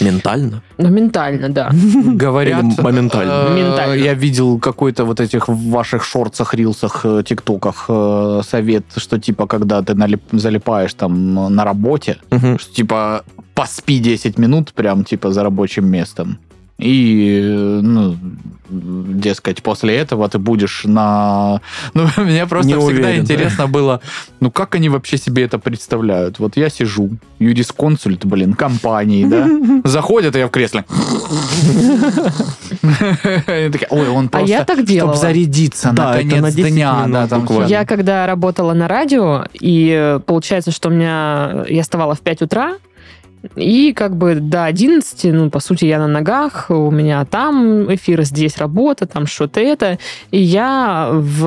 Speaker 2: Ментально?
Speaker 1: Ну, ментально, да.
Speaker 3: Говорят,
Speaker 2: Или моментально.
Speaker 3: э,
Speaker 1: Ментально.
Speaker 3: Я видел какой-то вот этих в ваших шорцах, рилсах, э, тиктоках э, совет, что типа, когда ты налип- залипаешь там э, на работе,
Speaker 2: Мгм.
Speaker 3: что типа поспи 10 минут прям типа за рабочим местом. И, э, ну, дескать, после этого ты будешь на... Ну, мне просто
Speaker 2: Не
Speaker 3: всегда
Speaker 2: уверен, да.
Speaker 3: интересно было, ну, как они вообще себе это представляют? Вот я сижу, юрисконсульт, блин, компании, да, заходят, а я в кресле. Они такие, Ой, он
Speaker 1: А я
Speaker 3: просто...
Speaker 1: так
Speaker 3: Чтобы
Speaker 1: делала.
Speaker 3: зарядиться
Speaker 2: Да,
Speaker 3: на
Speaker 2: это на
Speaker 3: конец
Speaker 2: 10
Speaker 3: дня.
Speaker 2: минут
Speaker 3: да, там
Speaker 2: буквально.
Speaker 3: всё.
Speaker 1: Я когда работала на радио, и э, получается, что у меня... э, Я вставала в 5 утра, и как бы до 11, ну, по сути, я на ногах, у меня там эфир, здесь работа, там что-то это. И я в...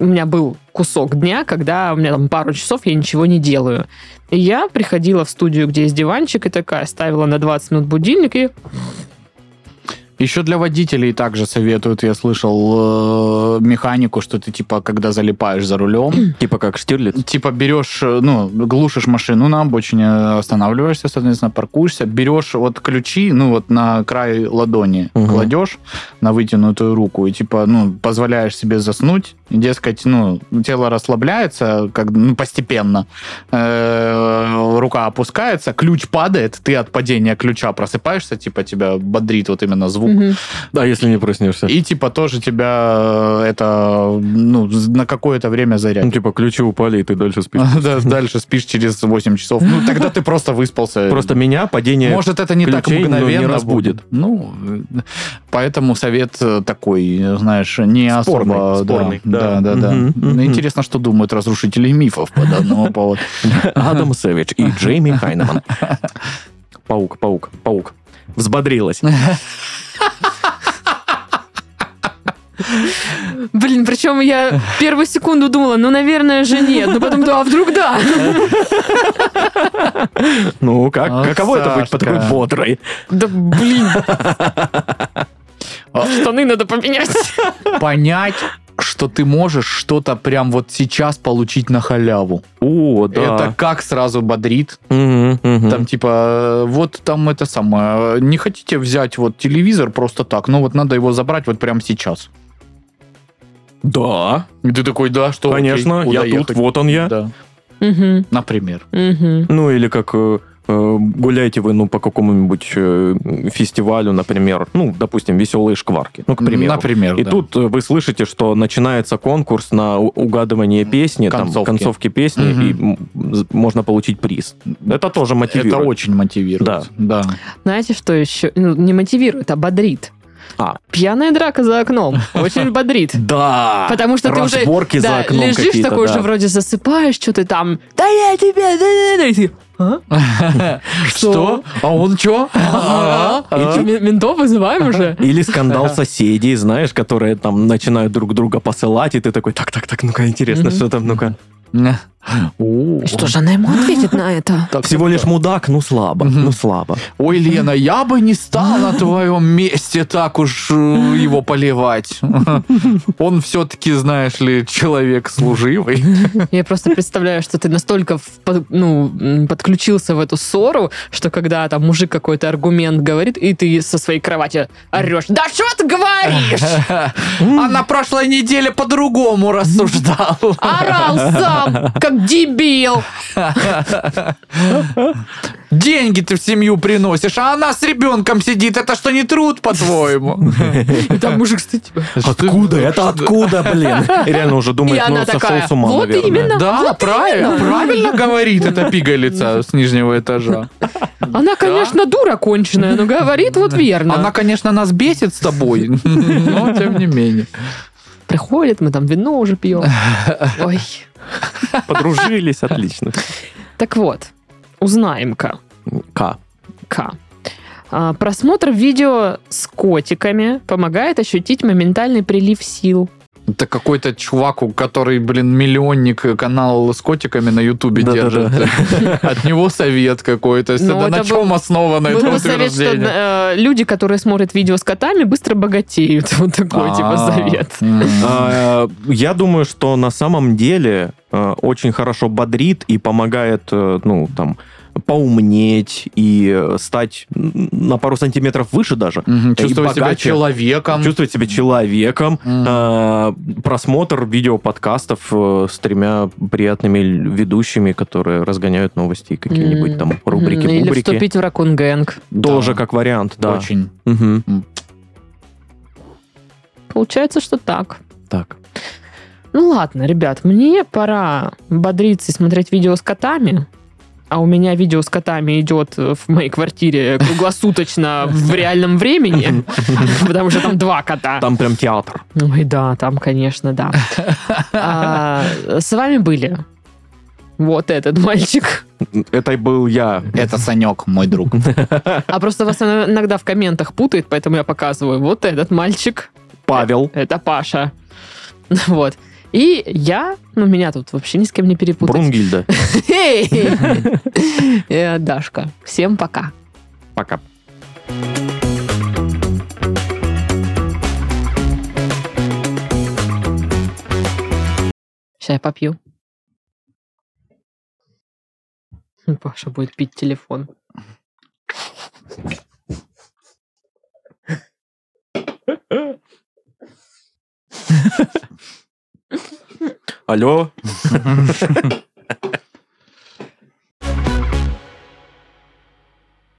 Speaker 1: У меня был кусок дня, когда у меня там пару часов я ничего не делаю. И я приходила в студию, где есть диванчик, и такая ставила на 20 минут будильник, и
Speaker 3: Еще для водителей также советуют, я слышал, э, механику, что ты типа, когда залипаешь за рулем,
Speaker 2: Типа как Штирлиц?
Speaker 3: типа берешь, э, ну, глушишь машину на обочине, останавливаешься, соответственно, паркуешься, берешь вот ключи, ну, вот на край ладони
Speaker 2: Мгм.
Speaker 3: кладешь на вытянутую руку и типа, ну, позволяешь себе заснуть, И, дескать, ну, тело расслабляется, как, ну, постепенно, Э, рука опускается, ключ падает, ты от падения ключа просыпаешься, типа, тебя бодрит вот именно звук
Speaker 1: мгм,
Speaker 2: Да, если не проснешься.
Speaker 3: и типа тоже тебя э, это ну, з- на какое-то время
Speaker 2: Ну,
Speaker 3: зарядит.
Speaker 2: типа, ключи упали, и Ну, ты дальше спишь.
Speaker 3: Да, Дальше спишь через 8 часов. Ну, тогда ты просто выспался.
Speaker 2: Просто меня падение...
Speaker 3: Может, это не так
Speaker 2: ключей, но не
Speaker 3: мгновенно
Speaker 2: разбудит.
Speaker 3: Ну, э, поэтому совет э, такой, э, знаешь, не
Speaker 2: Спорный,
Speaker 3: особо...
Speaker 2: спорный, да.
Speaker 3: да. Да, да,
Speaker 2: Мгм,
Speaker 3: Ну,
Speaker 2: мгм.
Speaker 3: Интересно, что думают разрушители мифов по данному поводу.
Speaker 2: Адам Сэвидж и Джейми Хайнеман. Паук, паук, паук. Взбодрилась.
Speaker 1: Блин, причем я первую секунду думала, ну, наверное же нет. Но потом, да, а вдруг да?
Speaker 2: Ну, как,
Speaker 3: А,
Speaker 2: каково это быть
Speaker 3: Сашка.
Speaker 2: по такой бодрой?
Speaker 1: Да блин. А Штаны надо поменять.
Speaker 3: Понять, что ты можешь что-то прям вот сейчас получить на халяву.
Speaker 2: О, да.
Speaker 3: Это как сразу бодрит,
Speaker 2: Мгм, мгм.
Speaker 3: Там типа, э, вот там это самое, э, не хотите взять вот телевизор просто так, но вот надо его забрать вот прямо сейчас.
Speaker 2: Да,
Speaker 3: И ты такой, да, что? окей,
Speaker 2: конечно,
Speaker 3: куда
Speaker 2: я тут,
Speaker 3: ехать?»
Speaker 2: вот он я.
Speaker 3: Да,
Speaker 1: Мгм,
Speaker 3: например.
Speaker 1: мгм.
Speaker 2: Ну, или как э, э, гуляете вы, ну, по какому-нибудь э, фестивалю, например, ну, допустим, веселые шкварки, ну, к примеру.
Speaker 3: Например,
Speaker 2: И
Speaker 3: да.
Speaker 2: тут э, вы слышите, что начинается конкурс на у- угадывание песни, там,
Speaker 3: Концовки.
Speaker 2: концовки песни,
Speaker 3: Мгм.
Speaker 2: и м, з- можно получить приз. Это тоже мотивирует.
Speaker 3: это очень мотивирует. Да.
Speaker 1: Знаете, что еще? Ну, не мотивирует, а бодрит.
Speaker 2: А.
Speaker 1: Пьяная драка за окном. Очень бодрит.
Speaker 2: Да.
Speaker 1: Потому что ты уже
Speaker 2: Разборки за
Speaker 1: да,
Speaker 2: окном
Speaker 1: лежишь
Speaker 2: какие-то,
Speaker 1: такой
Speaker 2: да.
Speaker 1: уже вроде засыпаешь, что ты там. Да я тебя, да, да, да. И ты, «А? Что?
Speaker 3: А он что?
Speaker 1: А? И чё, мен- Ментов вызываем уже?
Speaker 2: Или скандал соседей, знаешь, которые там начинают друг друга посылать, и ты такой, так-так-так, ну-ка, интересно,
Speaker 1: Мгм.
Speaker 2: что там, ну-ка.
Speaker 1: Что же она ему ответит на это?
Speaker 2: Всего лишь мудак, ну слабо,
Speaker 3: Мгм.
Speaker 2: ну слабо.
Speaker 3: Ой, Лена, я бы не стал на твоем месте так уж э, его поливать. Он все-таки, знаешь ли, человек служивый.
Speaker 1: Я просто представляю, что ты настолько в- под- ну, м, подключился в эту ссору, что когда там мужик какой-то аргумент говорит, и ты со своей кровати орешь. Да что ты говоришь?
Speaker 3: А на прошлой неделе по-другому рассуждал.
Speaker 1: Орал сам! сам, как дебил.
Speaker 3: Деньги ты в семью приносишь, а она с ребенком сидит. Это что, не труд, по-твоему?
Speaker 1: И там мужик, типа, кстати,
Speaker 2: Откуда? Это откуда, блин? И реально уже
Speaker 1: И
Speaker 2: думает,
Speaker 1: она
Speaker 2: ну, сошел
Speaker 1: такая,
Speaker 2: с ума,
Speaker 1: вот
Speaker 2: наверное.
Speaker 1: именно.
Speaker 3: Да,
Speaker 1: Ну, Вот
Speaker 3: правильно, правильно говорит эта пигалица с нижнего этажа.
Speaker 1: она, конечно, дура конченая, но говорит вот верно.
Speaker 3: Она, конечно, нас бесит с тобой, но тем не менее.
Speaker 1: приходит, мы там вино уже пьем. Ой.
Speaker 2: Подружились, отлично.
Speaker 1: Так вот, узнаем-ка.
Speaker 2: К.
Speaker 1: К. А, Просмотр видео с котиками помогает ощутить моментальный прилив сил.
Speaker 3: Это какой-то чувак, у который, блин, миллионник канал с котиками на Ютубе держит.
Speaker 2: Да-да-да.
Speaker 3: От него совет какой-то.
Speaker 1: Ну,
Speaker 3: Да
Speaker 1: это
Speaker 3: на
Speaker 1: был-
Speaker 3: чем основано
Speaker 1: Был
Speaker 3: это
Speaker 1: бы совет, что
Speaker 3: утверждение?
Speaker 1: э, люди, которые смотрят видео с котами, быстро богатеют. Вот такой, типа,
Speaker 3: А,
Speaker 1: совет.
Speaker 3: м.
Speaker 2: А, Я думаю, что на самом деле э, очень хорошо бодрит и помогает, э, ну, там, поумнеть и э, стать м, на пару сантиметров выше даже.
Speaker 3: Мгм, Чувствовать
Speaker 2: и
Speaker 3: себя
Speaker 2: богаче.
Speaker 3: человеком.
Speaker 2: Чувствовать себя человеком.
Speaker 3: Мгм.
Speaker 2: Э, Просмотр видеоподкастов э, с тремя приятными л- ведущими, которые разгоняют новости и какие-нибудь там
Speaker 1: М, ну, Или
Speaker 2: рубрики-бубрики.
Speaker 1: вступить в ракун гэнг.
Speaker 2: Тоже
Speaker 3: Да.
Speaker 2: как вариант, да.
Speaker 3: Очень.
Speaker 2: Мгм.
Speaker 1: Получается, что так.
Speaker 2: Так.
Speaker 1: Ну ладно, ребят, мне пора бодриться и смотреть видео с котами. А у меня видео с котами идет э, в моей квартире круглосуточно в реальном времени, потому что там два кота.
Speaker 2: Там прям театр.
Speaker 1: Ой, да, там, конечно, да. А, С вами были вот этот мальчик.
Speaker 2: Это и был я.
Speaker 3: Это Санек, мой друг.
Speaker 1: А просто вас она иногда в комментах путает, поэтому я показываю. Вот этот мальчик,
Speaker 2: Павел.
Speaker 1: это Паша. Вот. И я, ну меня тут вообще ни с кем не перепутать.
Speaker 2: Брунгильда.
Speaker 1: Эй! Э, Дашка. Всем пока.
Speaker 2: Пока.
Speaker 1: Сейчас я попью. Паша будет пить телефон.
Speaker 2: Алло.